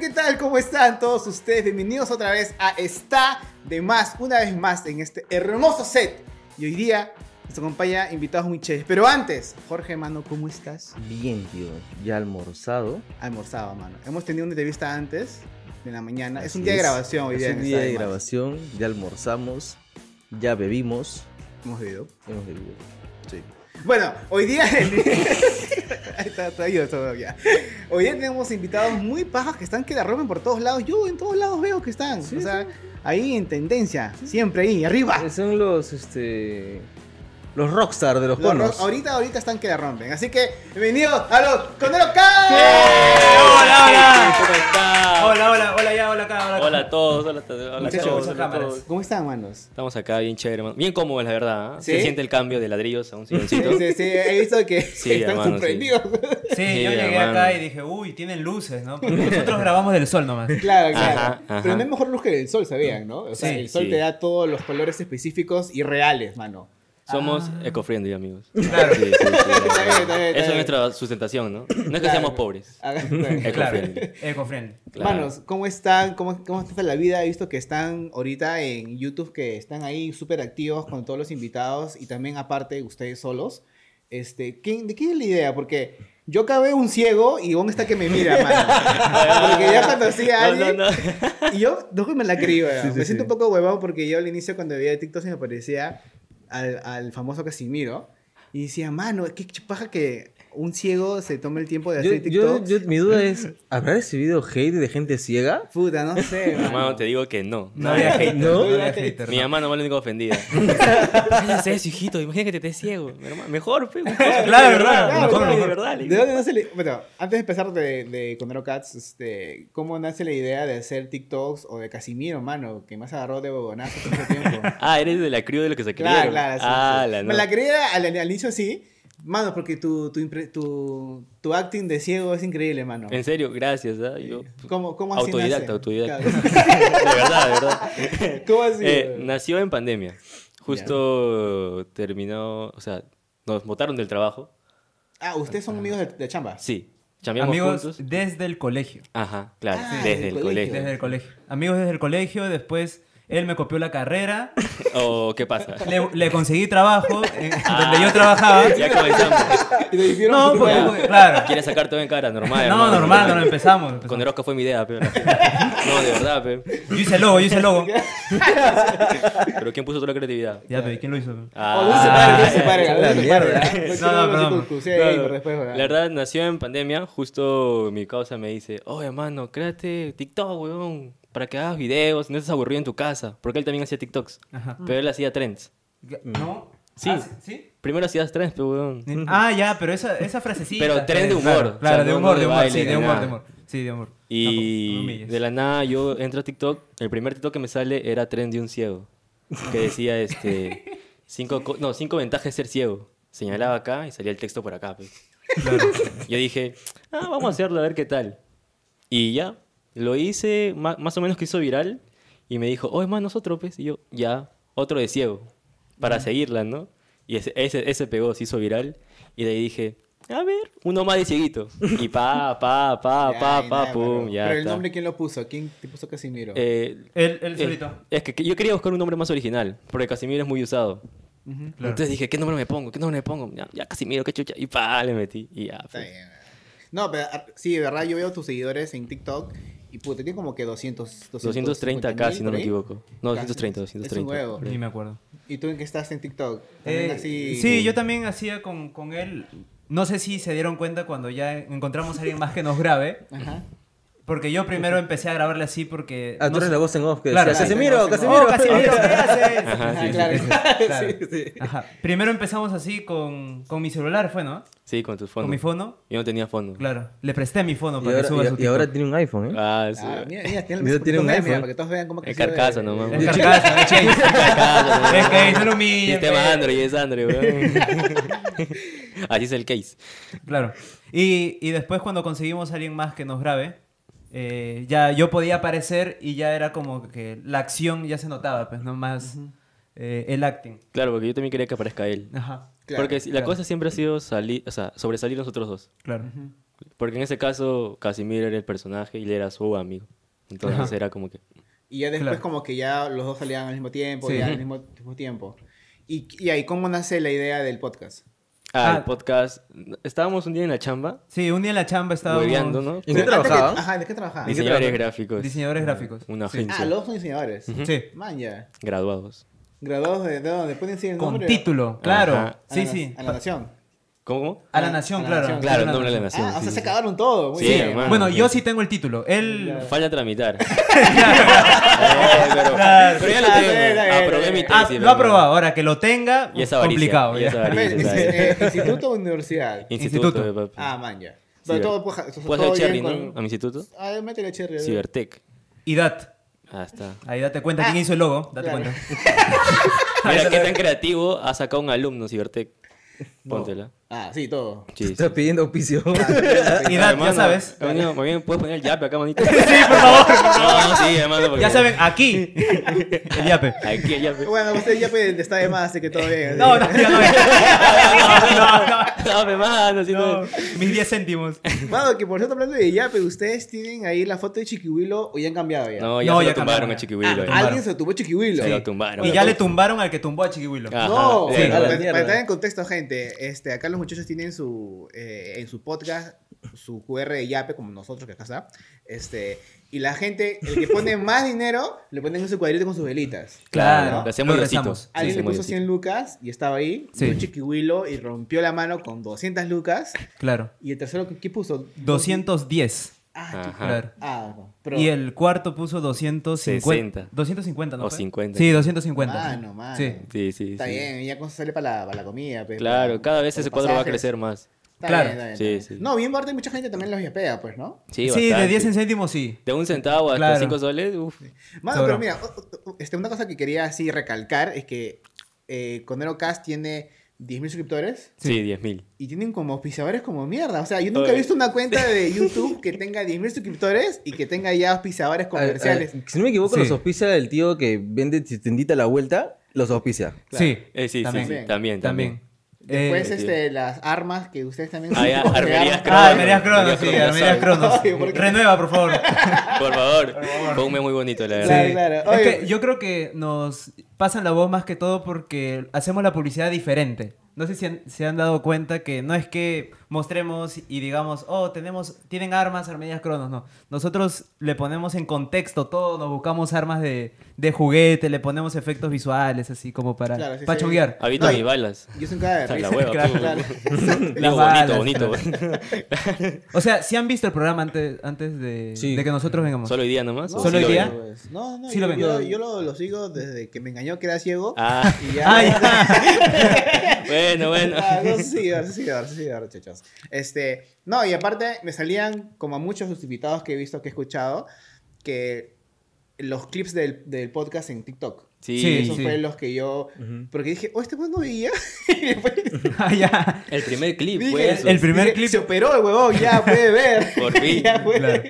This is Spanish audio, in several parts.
¿qué tal? ¿Cómo están todos ustedes? Bienvenidos otra vez a Está de Más, una vez más en este hermoso set. Y hoy día nos acompaña invitados muy chéveres. Pero antes, Jorge, mano, ¿cómo estás? Bien, tío. Ya almorzado. Almorzado, mano. Hemos tenido una entrevista antes, en la mañana. es Así un día de es. grabación hoy día. es en un Está día de Más. grabación. Ya almorzamos. Ya bebimos. Hemos bebido. Hemos bebido. Sí. Bueno, hoy día. Ahí está traído todo ya. Hoy día tenemos invitados muy pajas que están que la rompen por todos lados. Yo en todos lados veo que están. Sí, o sea, ahí en tendencia. Siempre ahí, arriba. Eh, Son los, este... Los rockstar de los, Los conos. ro- ahorita, ahorita están que la rompen. Así que, bienvenidos a los Conero K. Hola, hola. ¿Cómo está? Hola, hola, hola, ya, hola acá, hola acá. Hola a todos, hola a todos. hola a Muchachos, todos, muchas hola a cámaras. todos. ¿Cómo están, manos? Estamos acá bien chévere, hermano. Bien cómodos, la verdad. ¿ah? ¿Sí? Se siente el cambio de ladrillos a un Sí, silloncito. sí, sí, he visto que Sí, están hermano, sí. sorprendidos. Sí, yo Sí, llegué hermano. acá y dije, uy, tienen luces, ¿no? Porque nosotros grabamos del sol nomás. Claro, claro. Ajá, ajá. Pero no es mejor luz que el sol, ¿sabían, no? O sea, Sí, el sol sí. te da todos los colores específicos y reales, mano. Somos eco-friendly, amigos. Claro. Sí, sí, sí, Está bien, está bien, está Eso es bien. nuestra sustentación, ¿no? No es que Claro. seamos pobres. Ah, bueno. Claro, Eco-friendly. eco-friend. Claro. Manos, ¿cómo están? ¿Cómo, ¿Cómo está la vida? He visto que están ahorita en YouTube, que están ahí súper activos con todos los invitados y también aparte ustedes solos. Este, ¿quién- ¿De quién es la idea? Porque yo acabé un ciego y Ivonne está que me mira, mano. Porque ya conocí a No, alguien no, no. y yo no que me la crío. weón. Sí, sí, me siento sí. un poco huevado porque yo al inicio cuando veía TikTok se me parecía al, al famoso Casimiro y decía, mano, qué paja que un ciego se tome el tiempo de Yo, hacer yo, TikTok. yo- mi duda es, ¿habrá recibido hate de gente ciega? Puta, no sé, mano. Hermano, te digo que no. No había hater, no, ¿No? había hater. Mi no. mamá no es la única ofendida. Cállate eso, hijito. Imagina que te estés ciego. mi hermano. Mejor, pe. mejor. Claro, verdad. Claro, Mejor, claro, mejor. de verdad. ¿De dónde nace la- Bueno, antes de empezar de, de Conero Cats, este, ¿cómo nace la idea de hacer TikToks o de Casimiro, mano? Que más agarró de bobonazo todo ese tiempo. Ah, eres de la crío de lo que se claro, criaron. claro. sí, Ah, sí. la no. Me la creía al, al inicio sí, mano, porque tu, tu, impre- tu, tu acting de ciego es increíble, mano. En serio, gracias. ¿ah? Yo, ¿Cómo, cómo así Autodidacta, nace? autodidacta. Claro. De verdad, de verdad. ¿Cómo así? Eh, bro? nació en pandemia. Justo terminó, o sea, nos botaron del trabajo. Ah, ¿ustedes son amigos de, de chamba? Sí, chambeamos Amigos juntos. desde el colegio. Ajá, claro, Ah, desde del el colegio. colegio. Desde el colegio. Amigos desde el colegio, después él me copió la carrera, ¿O Oh, qué pasa? le, le conseguí trabajo eh, donde yo Ah, trabajaba. Ya comenzamos. Y te dijeron, No, pues, puta, porque, mano. porque- claro. Quieres sacar todo en cara, normal. No, hermano. normal, no empezamos. empezamos. Con Erosca fue mi idea, pero. No, de verdad, pe. Yo hice el logo, yo hice el logo. Pero ¿quién puso toda la creatividad? Ya, pero ¿y ¿quién lo hizo? Ah, O no se pare, no se ya, pare, ya. no la se mierda. pare, ¿ah? No, quiero no, algo así perdón. con- con usted ahí, No, pero después, ¿verdad? la verdad, nació en pandemia. Justo mi causa me dice: Oye, mano, créate TikTok, weón. Para que hagas videos, no estés aburrido en tu casa. Porque él también hacía TikToks. Ajá. Pero él hacía trends. ¿No? Sí. Ah, ¿Sí? Primero hacías trends, pero weón. Ah, ya, pero esa, esa frasecita. Pero tren de humor, Claro, o sea, claro, no de humor humor, de de humor, baile, sí, ni de humor, nada. de humor. Sí, de humor. Tampoco, no me Y humilles. de la nada yo entro a TikTok. El primer TikTok que me sale era trend de un ciego. Que decía, este. Cinco, co- no, cinco ventajas de ser ciego. Señalaba acá y salía el texto por acá. pues. pe. Yo dije, ah, vamos a hacerlo, a ver qué tal. Y ya, lo hice, ma- más o menos que hizo viral. Y me dijo, oh, es más nosotros, pues. Y yo, ya, otro de ciego. Para seguirla, ¿no? Y ese, ese, ese pegó, se hizo viral. Y de ahí dije, a ver, uno más de cieguito. Y pa, pa, pa, Ya, pa, y pa, nada, pum, mano. ya. Pero el está. nombre, ¿quién lo puso? ¿Quién te puso Casimiro? Eh, Él, él eh, solito. es que que yo quería buscar un nombre más original, porque Casimiro es muy usado. Claro. Entonces dije, ¿qué nombre me pongo? ¿Qué nombre me pongo? Ya, ya Casimiro, qué chucha. Y pa, le metí. Y ya. Está pues. bien. No, pero ah, sí, de verdad, yo veo tus seguidores en TikTok y puta, tiene como que 200, 250 230k, mil si no por me ahí. equivoco. No, Casi. 230, Es un 230. huevo. Ni me acuerdo. ¿Y tú en qué estás en TikTok? También Eh, así- sí, yo también hacía con, con él. No sé si se dieron cuenta cuando ya encontramos a alguien más que nos grabe. Ajá. Porque yo primero empecé a grabarle así porque. Ah, tú no eres sé- la voz en off que Claro, decía, Casimiro, claro. La voz en Casimiro, ¡Oh, Casimiro, ¿qué haces? Ajá, Ajá, sí, sí, claro. sí. Claro. Ajá. Primero empezamos así con, con mi celular, ¿fue, no? Sí, con tus fondos. Con mi fono. Yo no tenía fondo. Claro. Le presté mi Y fono Oh, para que suba ahora, su y- y ahora TikTok. tiene un iPhone, ¿eh? Ah, sí. Ah, mira, mira, tiene, Mira, un tiene un meme, iPhone. para que todos vean cómo que Es sirve carcasa de- nomás. Es carcasa, es change. Carcasa, Es ¿no? que no lo humillen, Sistema pe. este Android, es Android, weón. Así es el case. Claro. Y, y después cuando conseguimos a alguien más que nos grabe, eh, ya yo podía aparecer y ya era como que la acción ya se notaba, pues no más eh, el acting. Claro, porque yo también quería que aparezca él. Ajá, Claro, porque si- la claro. cosa siempre ha sido salir, o sea, sobresalir nosotros dos. claro. Porque en ese caso, Casimiro era el personaje y él era su amigo. Entonces Ajá. era como que. Y ya después Claro. como que ya los dos salían al mismo tiempo, Sí. ya al mismo, mismo tiempo. Y, y ahí, ¿cómo nace la idea del podcast? Ah, Ah. el podcast. Estábamos un día en la chamba, Sí, un día en la chamba estábamos... hueveando, ¿no? ¿En qué Pero antes que- trabajaban? Ajá, ¿de qué trabajaban? Dice- Diseñadores trabajan? gráficos. Diseñadores gráficos. Una Sí. agencia. Ah, los dos son diseñadores. Sí. Man, ya. Graduados. Graduados de de dónde? ¿Pueden decir el Con nombre? título, claro. Ajá. A Sí, la- sí. A la nación. ¿Cómo? cómo? A la nación, A la claro. nación. Claro, a el la nombre de la Ah, nación. nación. Ah, o sí, sea, sí, se sí. cagaron todo. Muy Sí, bien. hermano. Bueno, yo Ajá. sí tengo el título. Él... Falla tramitar. Eh, pero, pero ya lo Está bien, está bien, tengo. Aprobé está mi bien. tesis. Ah, lo hermano. ha probado. Ahora que lo tenga, Y es avaricia, complicado. y es ya. Perfecto. Varios, Dice, eh, ¿Instituto o universidad? Instituto. Instituto. de papi. Ah, man, ya. Pero Ciber- todo, pues, ja- ¿Puedes todo hacer cherry, bien no? con- A mi instituto. Ah, métele cherry. Cibertech. Y dat. Ah, está. Ahí date cuenta quién hizo el logo. Date claro. cuenta. Mira, qué tan creativo ha sacado un alumno Cibertech. Póntela. Ah, sí, todo. Sí, sí. Está pidiendo auspicio. Y dat, ya Hermano, sabes. hermano, Muy bien, puedes poner el yape acá, manito. Sí, por favor. No, no, sí, hermano. porque- Ya saben, aquí. El yape. Aquí el yape. Bueno, usted ya pe- está de más, así que todo bien. No, no, ya no. No, no. No, me mando, así No, no. mis 10 céntimos. Mano, que por cierto, hablando de Yape, ¿ustedes tienen ahí la foto de Chiquihuilo o ya han cambiado ya? No, ya No, se ya lo tumbaron cambiaron. a Chiquihuilo. Ah, ya. Alguien se tumbó Chiquihuilo. Se lo tumbaron. Y ya le tumbaron al que tumbó a Chiquihuilo. Ah. No, Ajá, para- sí, para, a la para mierda. estar en contexto, gente, este, acá los muchachos tienen su, eh, en su podcast su QR de Yape, como nosotros que acá está. Este, y la gente, el que pone más dinero, le ponen en su cuadrito con sus velitas. Claro. Le hacemos Lo yositos. rezamos. Sí, Alguien le hacemos puso 100 lucas y estaba ahí, Sí. un chiquihuilo y rompió la mano con 200 lucas. Claro. Y el tercero, ¿qué puso? 210. Ah, Ajá. chiqui- Claro. ah, no, pero- Y el cuarto puso 250. 60. 250, ¿no? O fue? 50. Sí, 250. Mano, mano. Sí. Sí, sí, Está sí. bien, ya con eso sale para la, para la comida. pe, Claro, para- cada vez para ese los cuadro va a pasajes. crecer más. Está Claro. bien, está bien, está bien. Sí, sí. No, bien parte, mucha gente también los yapea, pues, ¿no? Sí, Sí, de bastante. 10 en céntimos, sí. De un centavo hasta Claro. 5 soles, uf. Mano, pero Sobró. mira, o- o- o- este, una cosa que quería así recalcar es que eh, Conero Cast tiene 10.000 suscriptores Sí, 10 mil. y tienen como auspiciadores como mierda. O sea, yo nunca he Oye. visto una cuenta de YouTube que tenga 10.000 suscriptores y que tenga ya auspiciadores comerciales. eh, Ah, ah, si no me equivoco, Sí. los auspicia el tío que vende tendita a la vuelta, los auspicia. Claro. Sí. Eh, sí, También. sí, sí, también, También. también. Eh, Después, sí. este, las armas que ustedes también... Ah, ya, armerías Armas. Ah, Cronos. Armerias Cronos, Armerias sí, Cronos, Armerias ¿sabes? Cronos. Ay, ¿por qué? Renueva, por favor. Por favor, fue un mes muy bonito, la verdad. Claro, claro. Es Oye. pues que yo creo que nos pasan la voz más que todo porque hacemos la publicidad diferente. No sé si han- se han dado cuenta que no es que mostremos y digamos, oh, tenemos, tienen armas, armedias cronos, no. Nosotros le ponemos en contexto todo, nos buscamos armas de, de juguete, le ponemos efectos visuales, así como para, Claro, sí, para sí. chonguear. Habito No, y- mis balas. Yo soy un cara de Está risa. la hueva, tú. Digo, balas, bonito, bonito. O sea, si han visto el programa antes, antes de, Sí. de que nosotros vengamos. ¿Solo hoy día nomás? No, ¿O ¿Solo sí hoy lo día? veo? pues, No, no, Sí yo, lo ven. yo- yo lo, lo sigo desde que me engañó que era ciego. Ah, Y ya. Ah, ya. bueno, bueno. Ah, no, sí, ahora sí, ahora sí, ahora, chachos. Este, no, y aparte me salían como a muchos justificados que he visto, que he escuchado, que los clips del, del podcast en TikTok. Sí, Sí, Esos sí. fueron los que yo... Porque dije, oh, este pues no veía. Y después Ah, ya. pues, el primer clip dije- fue eso. El primer dije, clip. Se operó el huevón, ya puede ver. Por fin. Ya puede. Claro.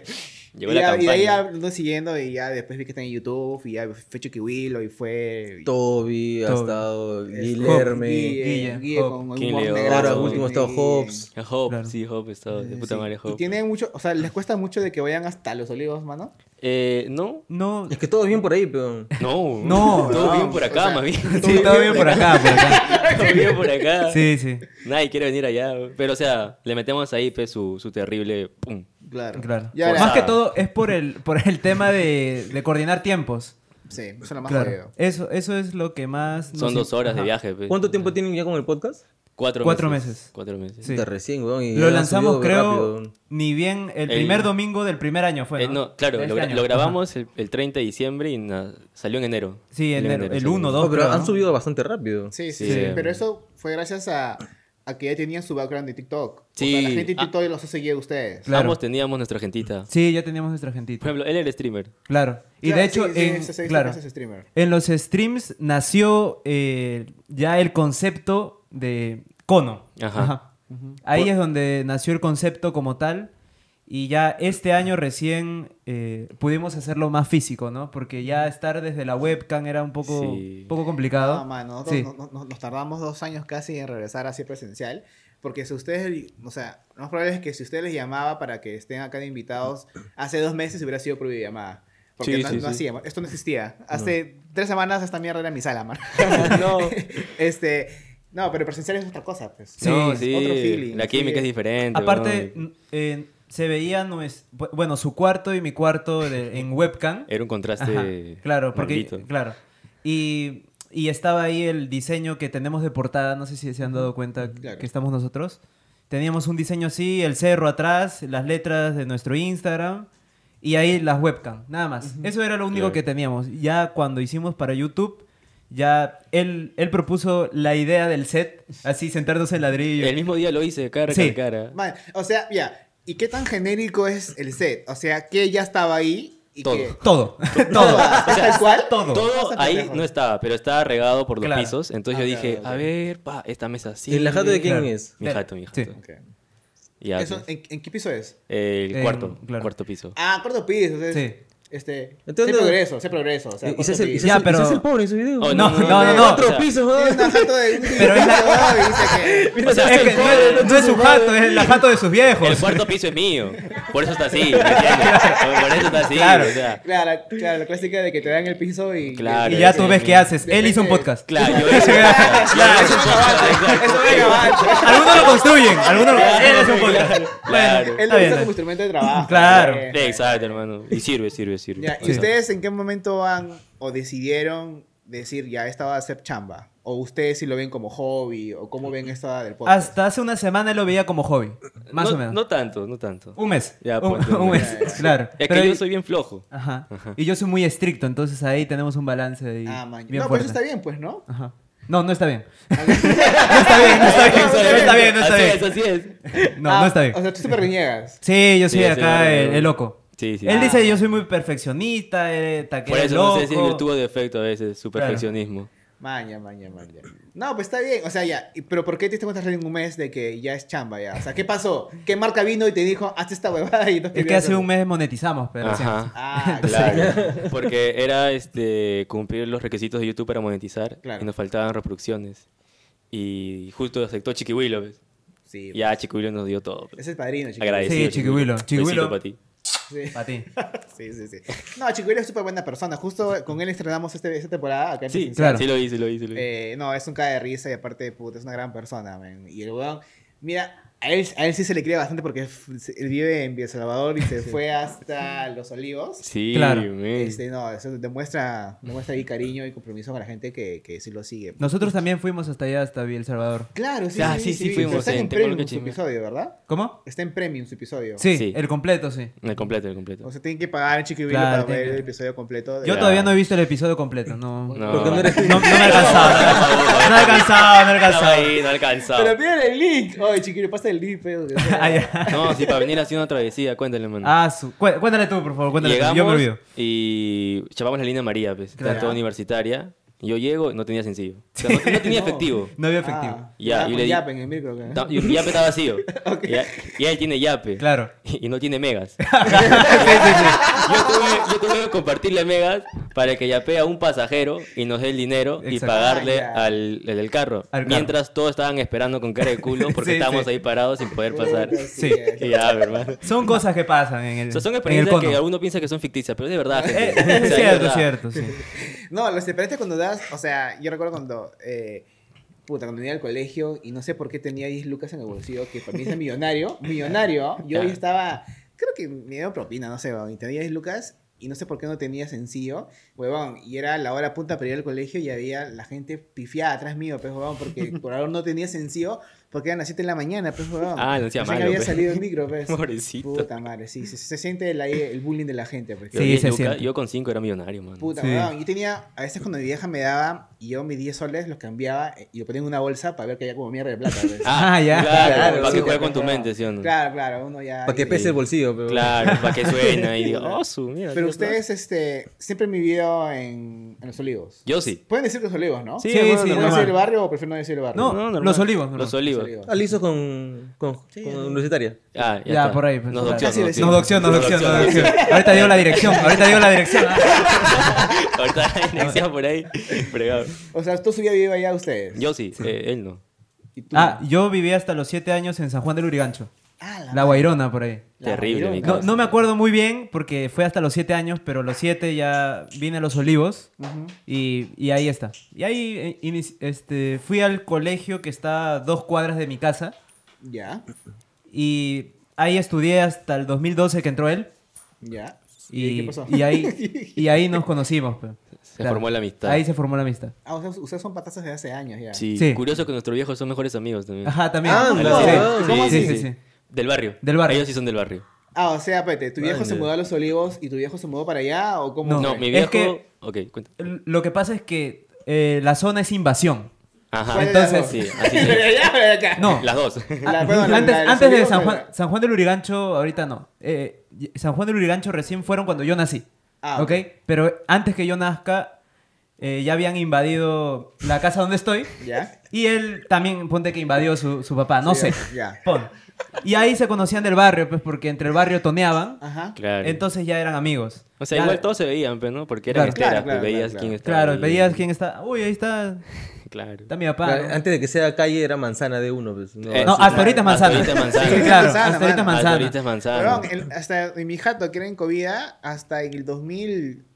Llegó y, la ya- y de ahí campaña. ando siguiendo y ya después vi que está en YouTube y ya fue Chucky Willow y fue... Toby, ha Toby. estado este, Guillerme. Guille, Guille, Guille Hop. con King humor León. negro, Ahora Guille. último ha estado Guille. Hobbs. Hope, Claro. sí, Hope está de Eh, puta sí. madre Y Hope. tiene mucho, o sea, les cuesta mucho de que vayan hasta los olivos, mano. Eh, no, No. Es que todo bien por ahí, pero. no. No. Todo bien No, por o acá, sea, más bien. Sí, todo bien por acá, por acá. Todo bien por acá. Sí, sí. Nadie quiere venir allá. Pero, o sea, le metemos ahí pues, su, su terrible. Pum. Claro. Claro. Ya era- Más Forzada. que todo es por el, por el tema de, de coordinar tiempos. Sí, eso es lo más Claro. jodido. Eso, eso es lo que más... nos Son dos im- horas Ajá. de viaje. pues. ¿Cuánto tiempo tienen ya con el podcast? Cuatro, Cuatro meses. meses. Cuatro meses. Sí. Puta, recién, weón. y Lo han lanzamos, subido creo, rápido. ni bien el El- primer domingo del primer año fue, Eh, ¿no? no, claro, De lo, este gra- año. lo grabamos el, el 30 de diciembre y na- salió en enero. Ajá. Sí, Salió en enero, el salió. 1, 2, No, pero creo, han ¿no? subido bastante rápido. Sí, sí, Sí. sí, Pero eso fue gracias a, a que ya tenían su background de TikTok. Sí. O sea, la gente de Ah. TikTok los ha seguido a ustedes. Claro. Ambos teníamos nuestra gentita. Sí, ya teníamos nuestra Por gentita. ejemplo, él era streamer. Claro. Y de Claro, hecho, sí, sí, en, se- se- se- claro, se- se- streamer. en los streams nació eh, ya el concepto de cono. Ajá. Ahí es donde nació el concepto como tal. Y ya este año recién eh, pudimos hacerlo más físico, ¿no? Porque ya estar desde la webcam era un poco, Sí. poco complicado. No, mano, nosotros Sí. no- no- no- nos tardamos dos años casi en regresar así presencial. Porque si ustedes, o sea, lo más probable es que si ustedes les llamaba para que estén acá de invitados, hace dos meses hubiera sido por videollamada. Porque Sí, no, sí, no sí. hacíamos, esto no existía. Hace tres semanas esta mierda era mi sala, man. no. este, no, pero presencial es otra cosa, pues. Sí, no, es sí. otro feeling, La sí. química es diferente. Aparte, weón. n- eh, se veía, nues- bu- bueno, su cuarto y mi cuarto de- en webcam. Era un contraste. Ajá, claro, porque maldito. claro. Y, y estaba ahí el diseño que tenemos de portada, no sé si se han dado cuenta Claro. que estamos nosotros. Teníamos un diseño así, el cerro atrás, las letras de nuestro Instagram y ahí las webcam, nada más. Eso era lo único Claro. que teníamos. Ya cuando hicimos para YouTube, ya él, él propuso la idea del set, así sentarnos en ladrillo. El mismo día lo hice, cara Sí. a cara. Man, o sea, ya. ¿Y qué tan genérico es el set? O sea, que ya estaba ahí y Todo. que. Todo, Todo. todo, ¿Es tal cual? todo. Todo Vamos a ahí pendejos. no estaba, pero estaba regado por los Claro. pisos. Entonces Ah, yo claro, dije, claro. a ver, pa, esta mesa sí. ¿Y la jato de quién Claro. es? Mi jato, mi Sí. jato. Ok. Y ya, Eso, pues, ¿en, en qué piso es? El en- cuarto, claro. cuarto piso. Ah, cuarto piso. o sea, es- Sí. Este. Entonces- sé progreso, sé progreso. O sea, Y cuarto se hace y piso. se Ya, hace- y pero- se hace el pobre en su video. Oh, No, no, no, no. o sea, Otro piso, Tiene joder. una foto de un Pero es la- y dice que. O sea, es que no, es- no es su jato, es la jato de sus viejos. El cuarto piso es mío. Por eso está así, ¿me entiendes? Por eso está así. Claro. O sea, Claro, claro, la clásica de que te dan el piso y. Claro. Y ya tú ves qué haces. Depende Él hizo un de- podcast. claro, yo hice. Claro, es un podcast, Eso exacto. venga, va. Algunos lo construyen, algunos lo... Él hace un podcast. Claro. Él Está lo usa bien, como está instrumento de trabajo. Claro. Eh, Sí, Exacto, hermano. Y sirve, sirve, sirve. Ya, ¿y Sí. ustedes en qué momento van o decidieron decir, ya, esta va a ser chamba? ¿O ustedes si lo ven como hobby? ¿O cómo ven esta del bien. podcast? Hasta hace una semana él lo veía como hobby. Más no, o menos. No tanto, no tanto. Un mes. Ya, un, ponte, ya, un mes, ya, ya. claro. Es Pero que yo y- soy bien flojo. Ajá. Y yo soy muy estricto, entonces ahí tenemos un balance ahí Ah, man. bien no, pues fuerte. eso está bien, pues, ¿no? Ajá. No, no está bien. No está bien, no está bien, no está bien, no está así bien. es, así es. No, Ah, no está bien. O sea, tú súper reniegas. Sí, yo soy Sí, sí, acá no, el, no. el loco. Sí, sí. Él Ah. dice yo soy muy perfeccionista, eh, taquero Por eso loco. no sé si es virtud o defecto a veces, su Claro. perfeccionismo. Maña, maña, maña. No, pues está bien. O sea, ya. ¿Y- ¿Pero por qué te diste cuenta en un mes de que ya es chamba ya? O sea, ¿qué pasó? ¿Qué marca vino y te dijo, haz esta huevada y no Es que hace un mes monetizamos, pero sí. Ajá. Ah, claro. Claro, porque era este cumplir los requisitos de YouTube para monetizar Claro. y nos faltaban reproducciones. Y justo aceptó Chiquihuilo. ¿ves? Sí. Ya Chiquihuilo nos dio todo. Es el padrino, chico. Agradecido. Sí, Chiquihuilo. Chiquihuilo. Besito pa' ti. Sí. Para ti. sí, sí, sí. No, chico, él es súper buena persona. Justo con él estrenamos este, esta temporada acá en Sí, Presencial. Claro. sí lo hice, lo hice. Lo hice. Eh, no, es un cae de risa y aparte, puta, es una gran persona, man. Y el weón, mira, a él, a él sí se le cree bastante porque f- se- él vive en El Salvador y se fue hasta Los Olivos. sí, claro. man. Este, no, eso demuestra, demuestra ahí cariño y compromiso con la gente que, que sí lo sigue. Nosotros también fuimos hasta allá, hasta El Salvador. Claro, sí, Ah, sí, sí, sí, sí, fuimos, Pero Está eh, en tengo lo premium que su chismear. episodio, ¿verdad? ¿cómo? Está en premium su episodio. Sí, Sí. el completo, sí. El completo, el completo. O sea, tienen que pagar el chiquibillo Claro, para ver tienen el que- episodio completo. de- Yo Ya. todavía no he visto el episodio completo, no. No, No. Porque no eres- no me he alcanzado. No he alcanzado, no he No, alcanzado. ahí, no alcanzaba. Pero piden el link. Oye, chiquillo, pasa el link, pues, pero. Ah, ya. No, sí, para venir haciendo una travesía, cuéntale, mano. Ah, su... cué- Cuéntale tú, por favor, cuéntale tú. Llegamos Yo me olvido. y chapamos la línea María, pues, está Claro. toda universitaria. Yo llego y no tenía sencillo. O sea, no, no tenía efectivo. No había efectivo. Ya, Ya, ya, y le di- en Ah, el micro, ¿no? Ta- Y el yape está vacío. Ya- y, él tiene yape. Claro. Y no tiene megas. Yo, tuve, yo tuve que compartirle megas para que yapee a un pasajero y nos dé el dinero y Exacto. pagarle Ah, ya. al, el del carro. Al carro. Mientras todos estaban esperando con cara de culo porque Sí, estábamos sí. ahí parados sin poder pasar. Puta, Sí. es. Y ya, hermano. Son cosas que pasan en el. O sea, son en el experiencias que cono. alguno piensa que son ficticias, pero es de verdad. gente. Eh, O sea, Es de cierto, es verdad. cierto, sí. No, los separaste cuando das, o sea, yo recuerdo cuando, eh, puta, cuando venía al colegio y no sé por qué tenía 10 lucas en el bolsillo, que para mí es millonario, millonario, yo ahí estaba, creo que me dieron propina, no sé, weón, y tenía 10 lucas y no sé por qué no tenía sencillo, huevón, y era la hora punta para ir al colegio y había la gente pifiada atrás mío, pues, huevón, porque por ahora no tenía sencillo, porque eran las 7 de la mañana, pues, huevón. Ah, no sea Recién malo, había pues. salido el micro, pues. Pobrecito. Puta madre, sí, se, se siente el, ahí el bullying de la gente, pues. Yo, Sí, diez se lucas- siente. yo con 5 era millonario, mano. Puta, Sí. weón, yo tenía, a veces cuando mi vieja me daba, y yo mis 10 soles los cambiaba eh, y lo ponía en una bolsa para ver que había como mierda de plata. ¿ves? Ah, ya. Claro, para sí, que juegue con tu claro. mente, ¿sí o no? Claro, claro, uno ya... Para que y- pese el bolsillo, pero. Claro, para que suena y diga, oh, su, mira. Pero Dios, ustedes, este, siempre han vivido en, en Los Olivos. Yo sí. Pueden decir que Los Olivos, ¿no? Sí, Sí, bueno, sí, ¿Pueden normal. decir el normal. barrio o prefieren no decir el barrio? No, normal. los olivos, normal. Los olivos. Ah, liso con, con, con universitaria. Ah, ya, Ya, está. por ahí, pues, Nos por ahí. docción, Casi nos decía. Nos docción, nos docción, nos docción. docción. Ahorita dio la dirección, ahorita dio la dirección. Ahorita hay por ahí. Fregado. O sea, tú su vida vive allá ustedes. Yo sí, eh, él no. ¿Y tú? Ah, yo viví hasta los 7 años en San Juan del Urigancho. Ah, la La Guairona, por ahí. Terrible, mi No, causa. no me acuerdo muy bien porque fue hasta los 7 años, pero los 7 ya vine a Los Olivos y, y ahí está. Y ahí eh, inici- este, fui al colegio que está a dos cuadras de mi casa Ya, y ahí estudié hasta el 2012 que entró él. ya. Y, ¿Y qué pasó? y ahí, y ahí nos conocimos. pe. Se formó la amistad. Ahí se formó la amistad. Ah, o sea, ustedes son patazas de hace años ya. Sí. Sí. Curioso que nuestros viejos son mejores amigos también. Ajá, también. Ah, Sí, no, sí, ah, sí, ¿cómo sí, así? sí, sí. Del barrio. Del barrio. Ellos sí son del barrio. Ah, o sea, Pete, ¿tu viejo se Vale. mudó a Los Olivos y tu viejo se mudó para allá o cómo? No. No, fue? mi Es viejo. que- Ok, cuenta. L- Lo que pasa es que eh, la zona es invasión. Ajá. ¿Cuál de las Ah, entonces- dos? Sí, así es. Ya, ya, ya. No. Las dos. La- Ah, perdón, la- antes la de los antes de olivos, San la- Juan, San Juan del Urigancho, ahorita no. Eh, y- San Juan del Urigancho recién fueron cuando yo nací. Ah, ¿Ok? Pero antes que yo nazca, eh, ya habían invadido la casa donde estoy. ¿Ya? Y él también, ponte que invadió su, su papá, Ah, no Sí, sé. Ya. Pon. Y ahí se conocían del barrio, pues porque entre el barrio toneaban. Ajá. Ah, Claro. Entonces ya eran amigos. o sea, Ya- igual todos se veían, pero no, porque eran Claro. esteras, Claro, claro, pues, veías claro, quién estaba. Claro, ahí. veías quién está. Uy, ahí está, Claro. está mi papá. Claro, ¿no? Ah, Antes de que sea calle era manzana de uno. pues, Eh, No, así, hasta ahorita es Hasta manzana. ahorita es manzana. Sí, claro, Manzana, hasta ahorita es mano. manzana. Ahorita Ah, es manzana. Perdón, el- hasta en mi jato, que era en Covida, hasta en el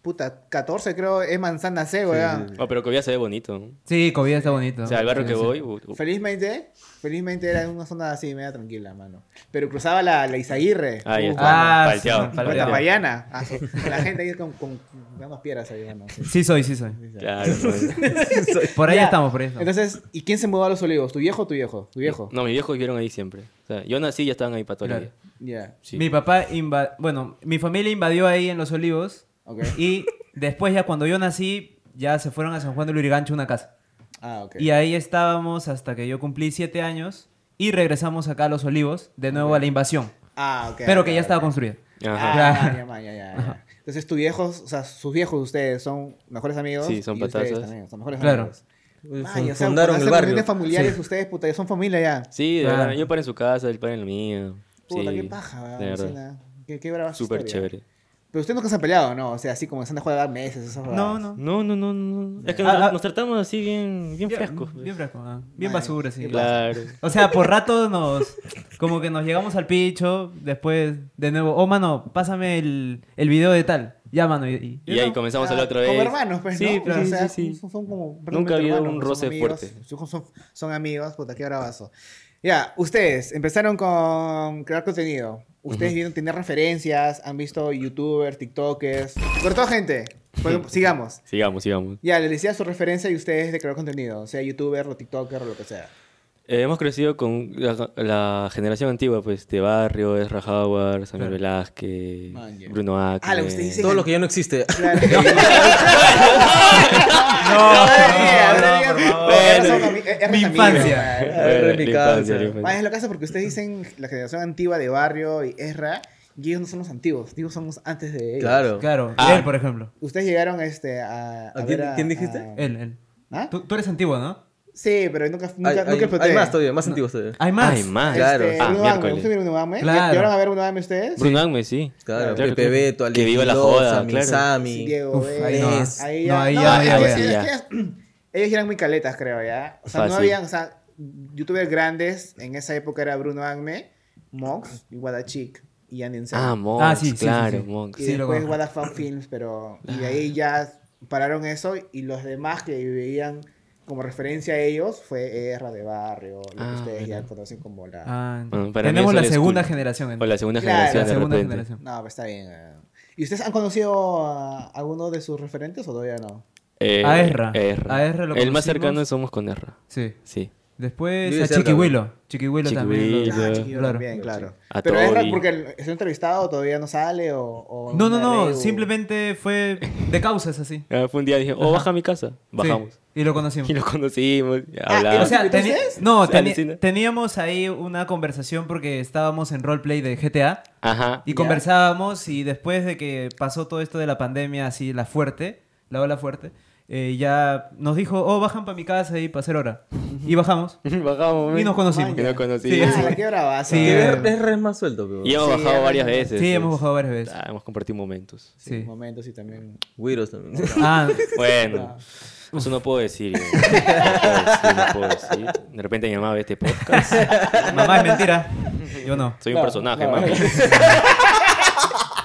2014 creo, es manzana C, weón. Oh, pero Covía se ve bonito. ¿no? Sí, Covida está bonito. O sea, al barrio Sí, que sí. voy. u- u- Felizmente, felizmente era en una zona así, media tranquila, mano. Pero cruzaba la, la Izaguirre. Ahí Uh, está. Ah, Palteado. sí, mano. palteado. la Guayana. Ah, sí. La gente ahí con, con, unas piedras ahí, mano. sí. Sí soy, sí soy. Claro. pues. Por ahí Ya. estamos, por ahí estamos. Entonces, ¿y quién se mudó a Los Olivos? ¿Tu viejo o tu viejo? Tu viejo. No, mis viejos vivieron ahí siempre. O sea, yo nací y ya estaban ahí para toda la vida. Claro. Ya. Sí. Mi papá inva- bueno, mi familia invadió ahí en Los Olivos Ok. y después ya cuando yo nací ya se fueron a San Juan del Lurigancho una casa. Ah, ok. Y ahí estábamos hasta que yo cumplí siete años y regresamos acá a Los Olivos de nuevo a la invasión, Ah, ok. pero que ya ok, estaba ok. construida. Ajá. Ah, Claro. ya, ma, ya, ya, ya. Entonces, tus viejos, o sea, sus viejos de ustedes son mejores amigos. Sí, son y ustedes patazas. también Son mejores Claro. amigos. Pues, fun- Ay, o sea, Ah, fundaron cuando el hacen reuniones barrio. familiares ustedes, puta, ya son familia ya. Ah. Sí, de verdad. Claro. Yo paro en su casa, él para en la mía. Puta, sí, qué paja, De verdad. alucina. Qué, qué brava su Súper historia. chévere. Pero ustedes nunca se han peleado, ¿no? O sea, así como están de jugar meses, esas No, huevadas. no. No, no, no, no. Es que Ah, nos, ah. nos tratamos así bien, bien frescos. pues. Bien fresco, ah. bien Ay, basura, sí. Claro. O sea, por rato nos. Como que nos llegamos al picho, después de nuevo. Oh, mano, pásame el, el video de tal. Ya, mano. Y, y- Y ahí comenzamos a Ah, la otra vez. Como hermanos, pues, Sí, ¿no? claro, O sea, sí, sí. Son, son como Nunca ha habido hermanos, un son roce amigos, fuerte. Son, son- son amigos, puta, qué bravazo. Ya, ustedes empezaron con crear contenido. Ustedes vieron tener referencias, han visto youtubers, tiktokers. Cortó gente. Bueno, sigamos. Sigamos, sigamos. Ya, les decía su referencia y ustedes de crear contenido, sea youtuber o tiktoker o lo que sea. Eh, hemos crecido con la, la generación antigua, pues, de Barrio, Ezra Howard, Samuel Velázquez, Man, ya. Bruno Acre. Ah, lo que usted dice. Todo lo que ya no existe. Claro. Mi Mi infancia. Erra en mi casa. Más es lo que hace porque ustedes dicen la generación antigua de barrio y Ezra, y ellos no son los antiguos, digo, somos antes de ellos. Claro. claro, Ah. él, por ejemplo. Ustedes llegaron este, a. ¿A quién- quién dijiste? Él, él. ¿Ah? Tú, tú eres antiguo, ¿no? Sí, pero nunca, nunca, hay, nunca hay- exploté. hay más todavía, más antiguos todavía. Hay más. Ay, más. Claro. Este, Ah, Bruno Dame, miércoles. ¿ustedes vieron Bruno Dame? Claro. ¿Llegaron a ver Bruno Dame ustedes? Bruno Acme, sí. Claro, Claro, Pepe claro. Beto, Ale Que viva la Mendoza, joda, Samir claro. Sami. Diego Uf, ahí Vélez, no. ahí No, ya- ahí no, ya no ellos- había, ellos- ya. ellos- Ellos eran muy caletas, creo, ¿ya? O sea, no Fácil. habían, o sea, youtubers grandes en esa época era Bruno Agme, Mox y Guadachik y Andy Encel. Ah, Monks, Ah, sí, sí, sí, claro, sí. Monks. Y sí, lo después conozco. Guadafan Films, pero... Y de ahí ya pararon eso y los demás que veían como referencia a ellos fue Erra de Barrio, lo que Ah, ustedes ya verdad. conocen como la... Ah, Bueno, para mí tenemos eso la es segunda cool. generación. O la segunda Claro, la generación, la segunda de repente. generación. No, pero está bien. eh. ¿Y ustedes han conocido a alguno de sus referentes o todavía no? Eh, A Ezra. Ezra. A Ezra lo El más conocimos. cercano somos con Erra. Sí. Sí. Después Vive a cerca, Chiquihuilo. Chiquihuilo también. Chiquihuilo. lo- Ah, Ya. chiquillo Claro. también, claro. A Pero es raro Toby. porque está entrevistado, todavía no sale o... o No, no, me no. reo. Simplemente fue de causas así. Ah, Fue un día dije, oh, Ajá. baja a mi casa. Bajamos. Sí, y lo conocimos. Y nos conocimos, Ah, hablamos. O sea, ¿Tú teni- dices? no, Sí, teni- alucina. teníamos ahí una conversación porque estábamos en roleplay de GTA Ajá. y Ya. conversábamos y después de que pasó todo esto de la pandemia así, la fuerte, la ola fuerte, eh, ya nos dijo, oh, bajan para mi casa y para hacer hora. Y bajamos. Bajamos. Y nos conocimos. Y nos conocimos. Sí, Ah, qué bravazo. Sí, Qué eh, ver- Es es re más suelto, pero. Y hemos Sí, bajado ya- varias veces. Sí, pues. hemos bajado varias veces. Ah, hemos compartido momentos. Sí. Momentos y también... Güiros también. Ah, Bueno, eso no puedo decir. yo. No puedo decir, no puedo decir. De repente mi mamá ve este podcast. Ah, mamá, es mentira. Yo no. Soy un No, personaje, no. mami.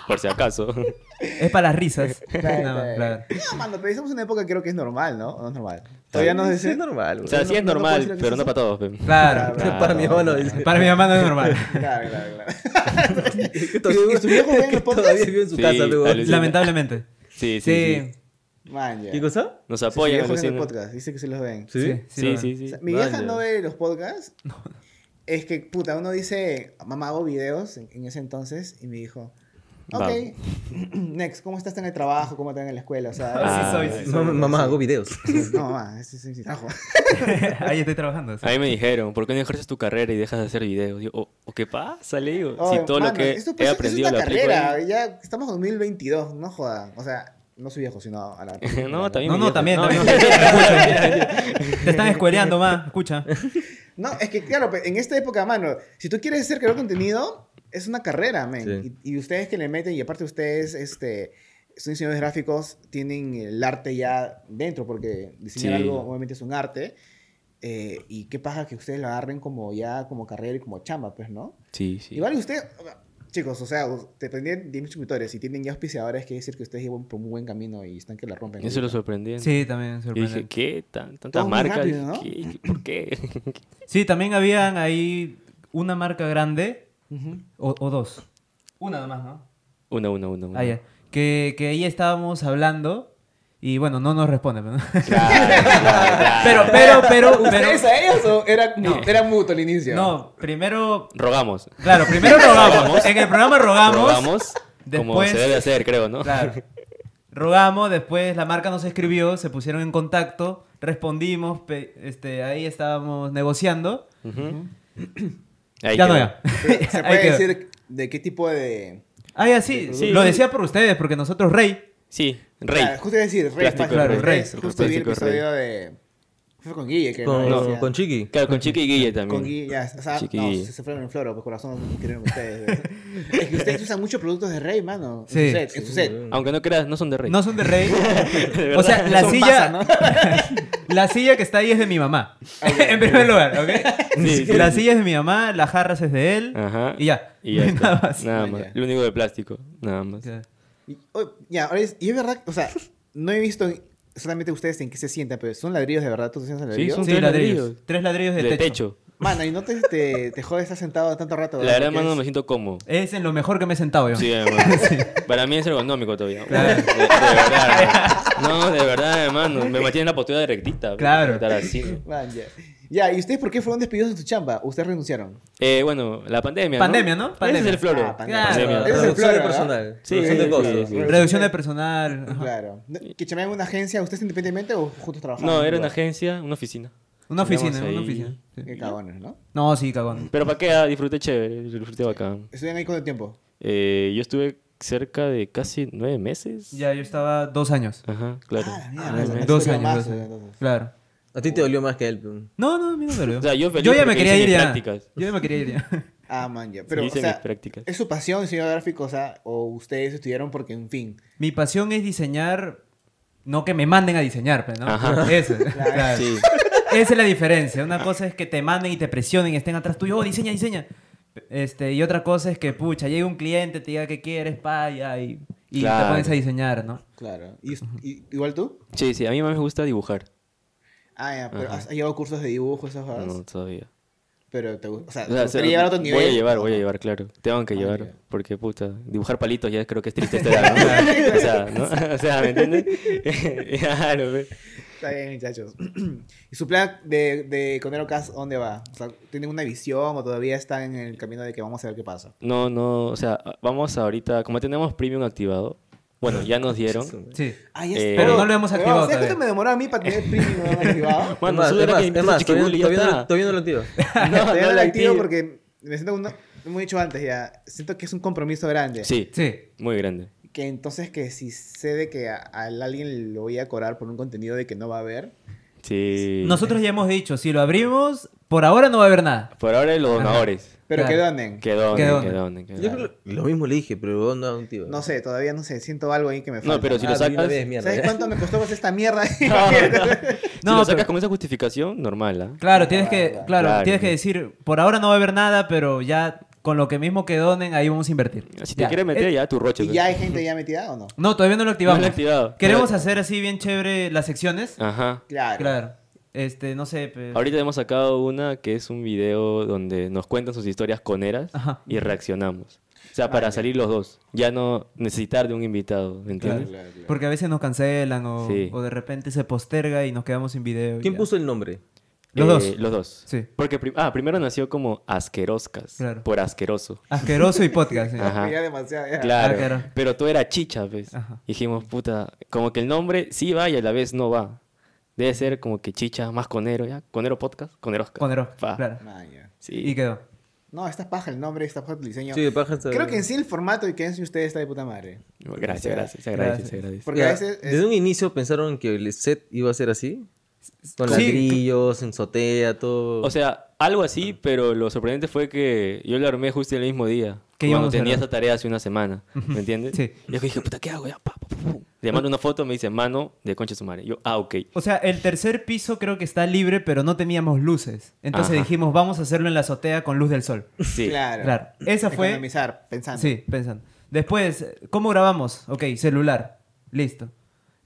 Por si acaso. Es para las risas. Nada más, claro. No, mano, pero estamos en una época que creo que es normal, ¿no? ¿O No es normal. Todavía no Sí, es es... normal, O güey. sea, sí es no- no puedo normal, decir lo que pero es no eso. para todos. pues. pe. Claro. Para mi mamá no dice. Para mi mamá no es normal. Claro, claro, claro. Todavía- ¿Y su viejo ve en que los podcasts? Todavía vive en su Sí, casa, pero. alucina. Lamentablemente. Sí, sí, sí. Sí, Man, ya. ¿Qué cosa? Nos Sí, sí, apoyan, viejos en el alucina. podcast. Dice que sí los ven. Sí. sí, sí, Sí, lo- sí, sí. O sea, mi vieja Vaya. no ve los podcasts. Es que, puta, uno dice, mamá, hago videos en, en ese entonces. Y me dijo, ok, Va. next, ¿cómo estás en el trabajo? ¿Cómo estás en la escuela? O sea, Ah, soy, sí Mamá, mamá, hago videos. no, mamá, ese es mi trabajo. Ahí estoy trabajando. sí. A mí me dijeron, ¿por qué no ejerces tu carrera y dejas de hacer videos? Yo, "Oh, ¿o qué pasa? Le digo, Oye, si todo lo mano, que esto, pues, he es- aprendido es lo una aplico. carrera. ahí". Ya estamos en 2022, no jodan. O sea, no soy viejo, sino a la... No, también. No, mi no, viejo. también, también. Te están escueleando más, escucha. No, es que claro, pe- en esta época, mano, si tú quieres ser creador de contenido, es una carrera, men. Sí. Y, y ustedes que le meten, y aparte ustedes, este, son diseñadores gráficos, tienen el arte ya dentro, porque diseñar Sí. algo obviamente es un arte. Eh, y qué pasa que ustedes lo agarren como ya, como carrera y como chamba, pues, ¿no? Sí, sí. Igual usted, chicos, o sea, u- dependen de muchos tutores, si tienen ya auspiciadores, quiere decir que ustedes llevan por un buen camino y están que la rompen. Eso es lo sorprendía. Sí, también Yo dije, sorprendente. ¿qué? Tan- Todo ¿Tantas muy marcas? rápido, ¿no? ¿Qué? ¿Por qué? Sí, también habían ahí una marca grande o, o dos. Una nada más, ¿no? Uno, uno, uno. uno. Ah, ya. Que, que ahí estábamos hablando y bueno, no nos responde. Pero, Claro, claro, claro. pero, pero, pero, pero- a ellos o era, No. era mutuo al inicio? No, primero, Rogamos. claro, primero rogamos. En el programa rogamos. Rogamos. Como después- se debe hacer, creo, ¿no? Claro. Rogamos, después la marca nos escribió, se pusieron en contacto, respondimos, pe- este, ahí estábamos negociando. Ujú. Ahí ya quedó. no ya. ¿Se Ahí puede quedó. decir de qué tipo de...? Ah, ya, sí, Sí, lo sí. decía por ustedes, porque nosotros rey. Sí, rey. Claro, justo iba a decir, rey. Plástico pasa- Claro, rey. Es Justo vi el Plástico rey. episodio de... Fue con Guille, que Con, no, con- decía- con Chiqui. Claro, con Chiqui y Guille Con también. Guille, ya, o sea, Chiqui no, Guille. se, se fueron en floro, pues corazón no querían ustedes. es que ustedes usan muchos productos de rey, mano. En Sí. su set, en su set. Aunque no creas, no son de rey. No son de rey. verdad. o sea, la Son silla. pasa, la silla que está ahí es de mi mamá. en primer lugar, ¿ok? Sí, sí, la sí. silla es de mi mamá, las jarras es de él. Ajá. Y ya. Y ya está. Nada más. Nada Ya. más. Lo único de plástico. Nada más. Ya. Y, oh, ya, ahora es, y es verdad, o sea, no he visto solamente ustedes en qué se sientan, pero son ladrillos de verdad, tú te sientas en Sí, ladrillos. son- Sí, tres ladrillos. ladrillos. Tres ladrillos de, De techo. techo. Mano, y no te, te, te jode estar sentado tanto rato. La verdad, Porque mano, es- me siento cómodo. Es en lo mejor que me he sentado yo. Sí, hermano. Para mí es ergonómico todavía. Claro. De, de verdad. hermano. No, de verdad, hermano. Me mantiene en la postura directita. Claro. Estar así. Man, ya. Ya, ¿y ustedes por qué fueron despedidos de su chamba? ¿Ustedes renunciaron? Eh, bueno, la pandemia. Pandemia, ¿no? Ese es Pandemia. el floro. Ah, pandemia. pandemia. Ese es el Reducción de flor, ¿verdad? personal. Sí, reducción de sí, costos. sí, sí. Reducción de personal. ajá. Claro. No, ¿Que chambeaban en una agencia ustedes independientemente o juntos trabajaban? No, en era un una lugar? agencia, una oficina. Una oficina, Teníamos una ahí- oficina. sí. Qué cagones, ¿no? No, sí, cagón. Pero para qué, ah, disfruté chévere, disfruté bacán. ¿Estuvieron ahí cuánto tiempo? Eh, yo estuve cerca de casi nueve meses. Ya, yo estaba dos años. Ajá, claro. Ah, la Nueve mierda. meses. Dos Estuvo años. más, dos años. entonces. Claro. A ti te dolió más que él. pero- No, no, a mí no me dolió. O sea, yo feliz ya me porque quería hice ir mis ya. prácticas. Yo ya me quería ir ya. Ah, man, ya. Pero, o Hice mis sea, prácticas. ¿es su pasión diseño gráfico? O sea, o ustedes estudiaron porque, en fin. Mi pasión es diseñar. No que me manden a diseñar, pues, ¿no? Ajá. Eso. Claro. claro. Sí. Esa es la diferencia. Una cosa es que te manden y te presionen y estén atrás tuyo. Oh, diseña, diseña. Este, y otra cosa es que, pucha, llega un cliente, te diga que quieres, pa, ya, y, y Claro. te pones a diseñar, ¿no? Claro. ¿Y, y- igual tú? sí, sí, a mí más me gusta dibujar. Ah, ya, pero Ajá. has has llevado cursos de dibujo, esas Ah, cosas. No, todavía. Pero te gusta. O sea, O ¿te sea, gustaría se- Ah, llevar a otro nivel? Voy a llevar, ¿O voy a no? llevar, claro. Tengo que Ah, llevar. ya. Porque, puta, dibujar palitos ya creo que es triste esta edad, ¿no? o sea, ¿no? O sea, ¿me entiendes? claro, ve. Está bien, muchachos. ¿Y su plan de, de Conero Cast dónde va? O sea, ¿tienen una visión o todavía están en el camino de que vamos a ver qué pasa? No, no, o sea, vamos ahorita, como tenemos premium activado, bueno, ya nos dieron. Sí. Ah, ya Eh, está. Pero no lo hemos Pero, activado ¿Sabes todavía. cuánto me demoró a mí para tener el premium activado? Mano, es solo era más, que es más, invites a todavía, Chiquibuli y ya todavía no, está. todavía no lo activa. No, Todavía no no la lo activo activo. porque me siento un, hemos dicho antes ya. Siento que es un compromiso grande. Sí, Sí. muy grande. que entonces que si sé de que a, a alguien lo voy a cobrar por un contenido de que no va a haber, Sí. Nosotros ya hemos dicho, si lo abrimos, por ahora no va a haber nada. Por ahora los donadores. pero que Claro. donen. Que donen, Que que donen. donen. que Yo donen. creo que lo mismo le dije, pero no da un tío. No sé, todavía no sé, siento algo ahí que me falta. No, pero si Ah, lo de una sacas. vez, mierda. ¿eh? ¿Sabes cuánto me costó hacer esta mierda? si lo No, sacas pero- con esa justificación, normal, ¿ah? Claro, tienes que, claro, Claro. tienes que decir, por ahora no va a haber nada, pero ya con lo que mismo que donen, ahí vamos a invertir. Si te Ya. quieres meter, Eh, ya tu roche. ¿Y ya hay gente ya metida o no? No, todavía no lo activamos. No lo he activado. Queremos Pero- hacer así bien chévere las secciones. Ajá. Claro. Claro. Este, no sé. pe- Ahorita hemos sacado una que es un video donde nos cuentan sus historias coneras Ajá. Ah, y reaccionamos. O sea, para salir los dos. Ya no necesitar de un invitado, ¿me ¿entiendes? Claro, claro. Porque a veces nos cancelan o, Sí. o de repente se posterga y nos quedamos sin video. y ¿Quién ya. puso el nombre? Los dos. Eh, Los dos. Sí. Porque prim- ah, primero nació como Asqueroscas. Claro. Por asqueroso. Asqueroso y podcast. sí. Ajá. Ya demasiado, ya. Claro. Ah, claro. Pero todo era chicha, pues. Ajá. Dijimos, puta, como que el nombre sí va y a la vez no va. Debe ser como que chicha más conero, ¿ya? Conero podcast, conerosca. Conero, Pa. claro. Ah, ya. Sí. Y quedó. No, esta paja el nombre, esta paja el diseño. Sí, de paja pues, se- eh. Creo que en sí el formato y que en sí ustedes está de puta madre. Gracias, gracias. Se agradece, Gracias. se agradece. Porque Ya, a veces es- Desde un inicio pensaron que el set iba a ser así. Con Sí. ladrillos, en azotea, todo. O sea, algo así, pero lo sorprendente fue que yo lo armé justo el mismo día. Que cuando íbamos a tenía grabar. esa tarea hace una semana, ¿me entiendes? Sí. Y yo dije, puta, ¿qué hago? Ya, pa, pa, pa, pa. Le mando una foto, me dice, mano de concha de su madre. Yo, ah, ok. O sea, el tercer piso creo que está libre, pero no teníamos luces. Entonces Ajá. dijimos, vamos a hacerlo en la azotea con luz del sol. Sí. Claro. Claro. Esa fue. Economizar, pensando. Sí, pensando. Después, ¿cómo grabamos? Ok, celular. Listo.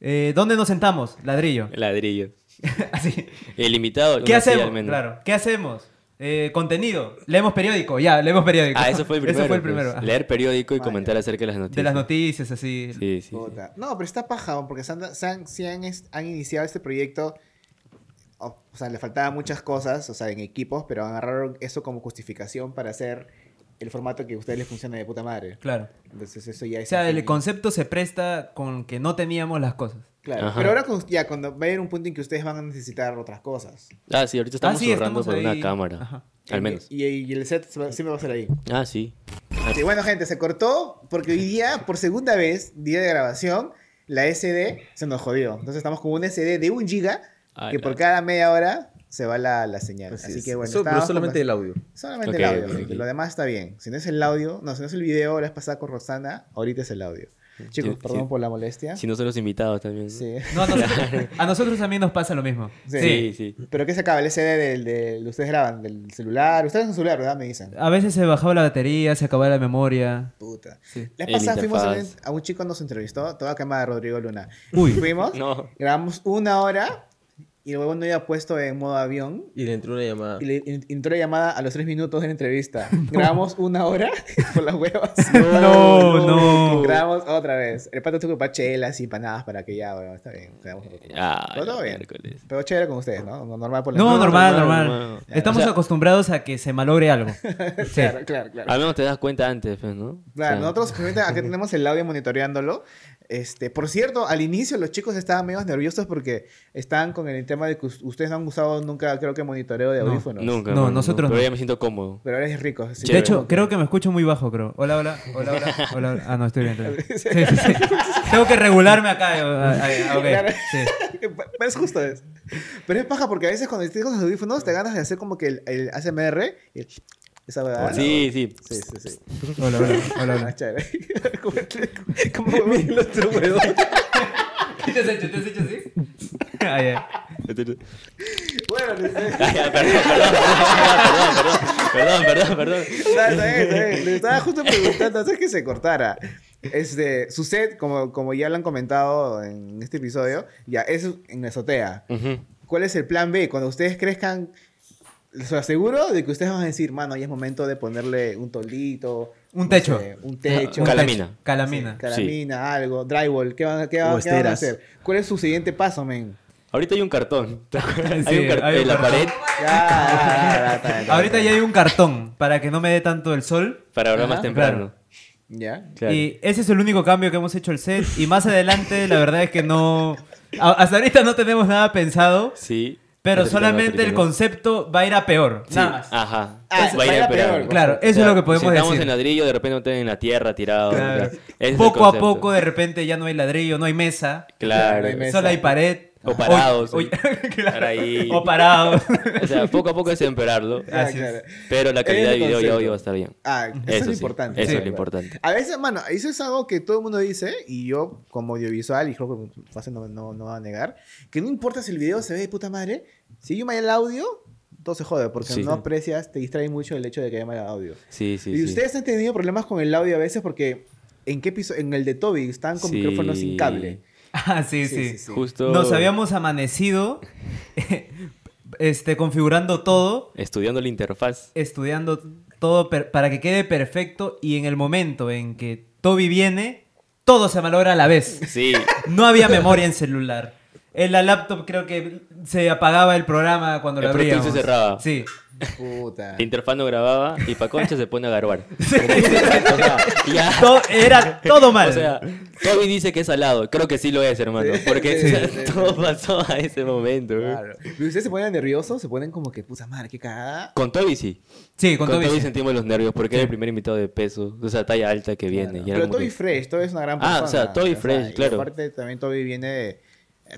Eh, ¿Dónde nos sentamos? Ladrillo. Ladrillo. Así. El invitado. ¿Qué una silla hacemos? al menos. Claro. ¿Qué hacemos? Eh, contenido. Leemos periódico. Ya, leemos periódico. Ah, eso fue el primero. Eso fue el pues. primero. Ajá. Leer periódico y Vaya. comentar acerca de las noticias. De las noticias, así. Sí, sí, sí. Puta. No, pero está paja, ¿no? porque se han, se han- sí han es- han iniciado este proyecto. O, o sea, le faltaban muchas cosas, o sea, en equipos, pero agarraron eso como justificación para hacer el formato que a ustedes les funciona de puta madre. Claro. Entonces, eso ya O es. sea, el así. concepto se presta con que no teníamos las cosas. Claro. Ajá. Pero ahora, con- ya, cuando va a ir un punto en que ustedes van a necesitar otras cosas. Ah, sí, ahorita Ah, estamos sí, ahorrando estamos por ahí. una cámara. Ajá. Al menos. Y, y el set se va- siempre va a ser ahí. Ah, sí. Sí, bueno, gente, se cortó porque hoy día, por segunda vez, día de grabación, la SD se nos jodió. Entonces estamos con una SD de un giga Ah, que la- por cada media hora se va la, la señal. Así Así es. que bueno, Eso, pero estábamos solamente convers- el audio. solamente Ok, el audio. ok, gente. ok. Lo demás está bien. Si no es el audio, no, si no es el video, la vez pasada con Roxana, ahorita es el audio. Chicos, Sí, perdón sí. por la molestia. Si no son los invitados también. ¿no? Sí. No, a, nosotros, a nosotros también nos pasa lo mismo. Sí. Sí, sí. ¿Pero qué se acaba? ¿El SD del, del- ustedes graban? ¿Del celular? Ustedes en celular, ¿verdad? Me dicen. Ah. A veces se bajaba la batería, se acababa la memoria. Puta. Sí. La El vez pasada fuimos a, un- interfaz. a un chico nos entrevistó, toda cama de Rodrigo Luna. Uy. Fuimos. No. Grabamos una hora y el huevón no había puesto en modo avión. Y le entró una llamada. Y le in- entró la llamada a los tres minutos de la entrevista. Grabamos una hora por las huevas. No, no. Y Grabamos otra vez. El pato tuvo pachelas y panadas para que ya, huevón, está bien. quedamos- Ah, Pero Pues, todo la bien. miércoles. Pero chévere con ustedes, ¿no? No- Normal por la No, normal, normal. normal, normal. Estamos O sea- acostumbrados a que se malogre algo. Sí. Claro, claro, claro. Al menos te das cuenta antes, pues, ¿no? Claro, O sea, nosotros simplemente acá tenemos el audio monitoreándolo. Este, por cierto, al inicio los chicos estaban medio nerviosos porque estaban con el tema de que us- ustedes no han usado nunca, creo que monitoreo de No, audífonos. Nunca. No, man, nosotros Pero no. ya me siento cómodo. Pero ahora es rico. sí. De Chévere. hecho, creo que me escucho muy bajo, creo. Hola, hola, hola, hola, hola. hola. Ah, no, estoy bien. estoy bien. Sí, sí, sí. Tengo que regularme acá. eh, ah, ah, ok, Claro. sí. Pero es Pues, justo es. Pero es paja porque a veces cuando estás con los audífonos te ganas de hacer como que el, el ASMR y el- esa verdad. Sí, sí. Sí, sí, sí. Hola, hola, hola, Ah, hola. chévere. Como- como- como- El otro huevón. ¿Te has hecho? ¿Te has hecho así? Ah, ya. Bueno, sí, sí. Ay, ya, perdón, perdón, perdón, perdón, perdón, perdón, perdón, perdón. Está bien, está bien. Le estaba justo preguntando antes que se cortara. Este, su set, como, como ya lo han comentado en este episodio, ya es en la azotea. Ujú. ¿Cuál es el plan B? Cuando ustedes crezcan, les aseguro de que ustedes van a decir, mano, ya es momento de ponerle un toldito. Un no techo. sé, un techo. Un Calamina. techo. Calamina. Sí, calamina, algo. Drywall. ¿Qué van, qué van- qué O van a esteras. hacer? ¿Cuál es su siguiente paso, men? Ahorita hay un cartón. ¿te acuerdas? Sí, hay un cartón hay un en la cartón. pared Ya, ya, ya, está bien, está Ahorita bien. ya hay un cartón para que no me dé tanto el sol. para ahora más Ajá. temprano. ¿Ya? Claro. Y ese es el único cambio que hemos hecho al set. Y más adelante, la verdad es que no. a- Hasta ahorita no tenemos nada pensado. Sí. Pero Patrick, solamente Patrick, el ¿no? concepto va a ir a peor. Sí, Nada más. Ajá. Ah, Entonces, va a ir a peor. pues. Claro, eso es lo que podemos si estamos decir. en ladrillo, de repente no tienen en la tierra tirado. Claro. claro. Ese es el Poco a concepto. poco, de repente, ya no hay ladrillo, no hay mesa. Claro, Claro. hay Mesa. Solo hay pared. O parados. Oye, oye, claro. Estar ahí. O parados. O sea, poco a poco es empeorarlo. Ah, Así es. claro. Pero la calidad Ese de video ya concepto. hoy va a estar bien. Ah, eso, es lo sí, importante. Eso Sí. es lo importante. A veces, mano, eso es algo que todo el mundo dice, y yo como audiovisual, y creo que fácil no, no, no va a negar, que no importa si el video se ve de puta madre, si hay un mal audio, todo se jode, porque Sí. no aprecias, te distrae mucho el hecho de que haya mal audio. Sí, sí, y sí. ustedes han tenido problemas con el audio a veces porque en qué episodio, en el de Toby, están con Sí. micrófonos sin cable. Ah, sí, sí. Justo Nos habíamos amanecido este, configurando todo, estudiando la interfaz. estudiando todo per- para que quede perfecto y en el momento en que Toby viene, todo se malogra a la vez. Sí. No había memoria en celular. En la laptop creo que se apagaba el programa cuando El lo Pro Tools se abríamos. cerraba. Sí. Puta. La interfaz no grababa y pa' concha se pone a garbar. Sí. O sea, ya. To- era todo mal. O sea, Toby dice que es salado. Creo que sí lo es, hermano. Porque Sí, sí, sí. todo pasó a ese momento. güey. Claro. Y ustedes se ponen nerviosos, se ponen como que, puta madre, qué cagada. Con Toby sí. sí, con, Con, Toby, Toby. sí. sentimos los nervios porque era el primer invitado de peso. O sea, talla alta que viene. y era Pero como Toby que- Fresh, Toby es una gran persona. Ah, o sea, Toby Fresh, y claro. Aparte, también Toby viene de...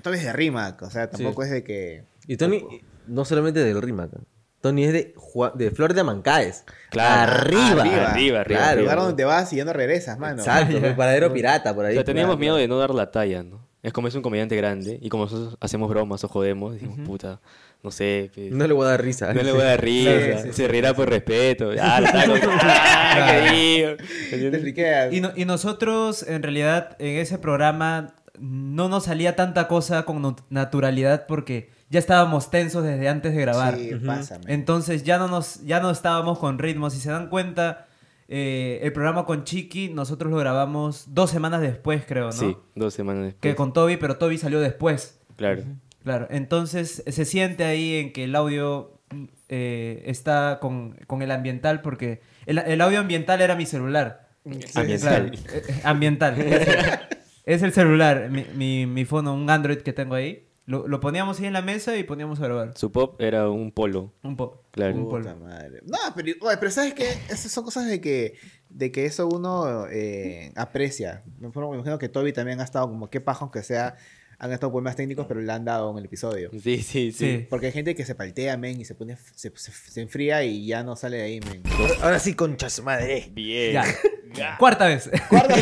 Toby es de Rimac, o sea, tampoco es de que... Y Tony, no solamente del Rimac. ¿no? Tony es de, Ju- de Flor de Mancaes. Claro. Arriba. Arriba, arriba, arriba. Claro. lugar donde vas y ya no regresas, mano. Exacto, Ah, el paradero pirata por O ahí. pues, sea, teníamos Claro. miedo de no dar la talla, ¿no? Es como es un comediante grande y como nosotros hacemos bromas o jodemos, decimos, puta, no sé. pues, No le voy a dar risa. No le voy a dar risa. Sí, sí, se rirá por respeto. Ah, lo está con- ah, Claro. querido. Te friqueas. Y, no- y nosotros, en realidad, en ese programa no nos salía tanta cosa con nu- naturalidad porque ya estábamos tensos desde antes de grabar. Sí, pásame. Entonces ya no, nos, ya no estábamos con ritmo. Si se dan cuenta, eh, el programa con Chiqui nosotros lo grabamos dos semanas después, creo, ¿no? Sí, dos semanas después. Que con Toby, pero Toby salió después. Claro. Claro, entonces se siente ahí en que el audio eh, está con, con el ambiental porque el, el audio ambiental era mi celular. Sí, Ambiental. Claro, eh, eh, ambiental. es el celular, mi, mi, mi phone, un Android que tengo ahí. Lo, lo poníamos ahí en la mesa y poníamos a grabar. Su pop era un polo. Un poco. Claro. Un Puta polvo. madre. No, pero, oye, pero ¿sabes qué? Esas son cosas de que, de que eso uno eh, aprecia. Me acuerdo- me imagino que Toby también ha estado como, qué paja, aunque sea, han estado problemas técnicos, pero le han dado en el episodio. Sí, sí, sí. Sí. Porque hay gente que se paltea, men, y se pone, se, se- se enfría y ya no sale de ahí, men. Ahora sí, concha su madre. Bien. Ya. Cuarta vez. Cuarta,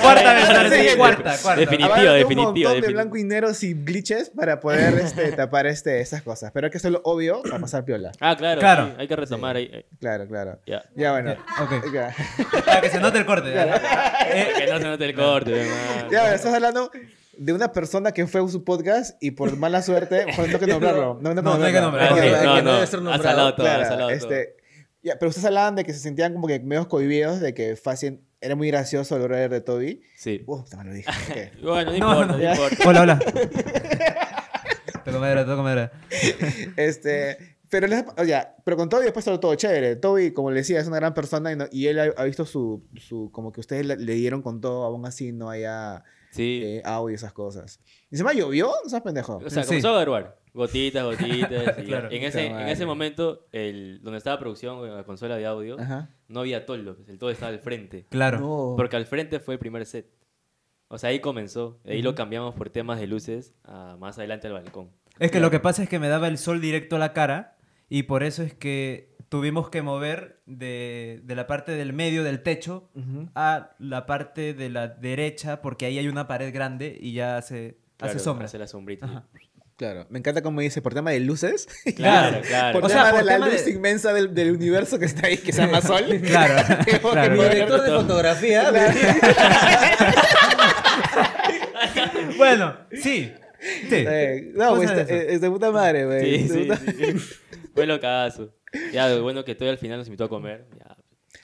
Cuarta vez, ahora sí, Sí, cuarta, cuarta. Definitiva, Habrá un definitiva, montón de definitiva. blanco y negro sin glitches para poder este, tapar este, esas cosas. Pero hay que hacerlo obvio para pasar piola. Ah, claro. Claro. sí, hay que retomar ahí. ahí. Claro, claro. Ya. Ya bueno. Ok. Ya. Para que se note el corte. ya. Eh, Que no se note el corte, Ah, mi hermano. Ya, bueno, estás hablando de una persona que fue a su podcast y por mala suerte, mejor no que nombrarlo. No, no, No, no hay que Ah, nombrarlo. sí, Hay que- hay No, que no no. debe ser Ha nombrado. salado todo, ha Claro, salado todo. este, ya, pero ustedes hablaban de que se sentían como que medio cohibidos, de que fácil, era muy gracioso el horario de Toby. Sí. Uf, puta, me lo dije. ok. Bueno, no No, importa, no. no importa. Hola, hola. Toco madera, toco madera. Este, pero, les- o sea, pero con Toby después salió todo chévere. Toby, como le decía, es una gran persona y, no- y él ha, ha visto su, su, como que ustedes le, le dieron con todo, aún así no haya Sí. eh, audio y esas cosas. Y se me llovió, no seas pendejo. O sea, Sí. comenzó a grabar. Gotitas, gotitas. y Claro. en, ese, Puta en ese madre. momento, el, donde estaba producción, en la consola de audio, Ajá. no había toldo. pues, El todo estaba al frente. Claro. No. Porque al frente fue el primer set. O sea, ahí comenzó. Ahí lo cambiamos por temas de luces a más adelante al balcón. Es que lo que pasa es que me daba el sol directo a la cara y por eso es que tuvimos que mover de, de la parte del medio del techo Ujú. a la parte de la derecha porque ahí hay una pared grande y ya hace, hace Claro, sombra. Hace la sombrita. Ajá. Claro, me encanta como dice, por tema de luces. Claro, Claro. claro. Por O sea, tema de por la tema luz de- inmensa del, del universo que está ahí, que se llama Sol. Claro, Tengo que claro. mover- Director de fotografía. Bueno, sí. sí. Eh, no, Cosas pues, de está- esas. eh, es de puta madre, güey. Sí, es de sí, puta- sí. Fue locazo. Ya, lo bueno que todo al final nos invitó a comer. Ya.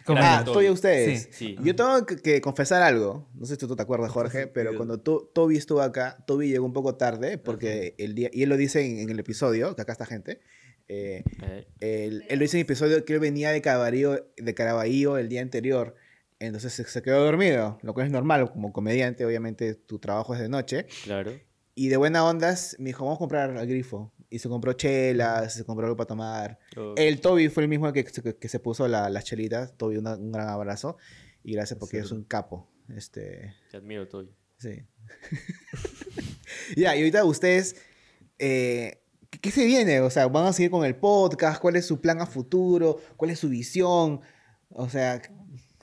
Como- Ah, Toby. estoy a ustedes. Sí. Sí. Yo tengo que, que confesar algo. No sé si tú te acuerdas, Jorge, pero cuando to- Toby estuvo acá, Toby llegó un poco tarde porque el día, y él lo dice en, en el episodio, que acá está gente. eh, Eh, él, él lo dice en el episodio que él venía de Caraballo, de Caraballo el día anterior. Entonces se, se quedó dormido, lo cual es normal. Como comediante, obviamente, tu trabajo es de noche. claro. Y de buena ondas me dijo, vamos a comprar al grifo. Y se compró chelas, se compró algo para tomar. Oh. Eh, El Toby fue el mismo que, que, que se puso la- las chelitas. Toby, una- un gran abrazo. Y gracias porque es un capo. Este, Te admiro, Toby. sí. ya, y ahorita ustedes, eh, ¿qué, qué se viene? O sea, ¿van a seguir con el podcast? ¿Cuál es su plan a futuro? ¿Cuál es su visión? O sea,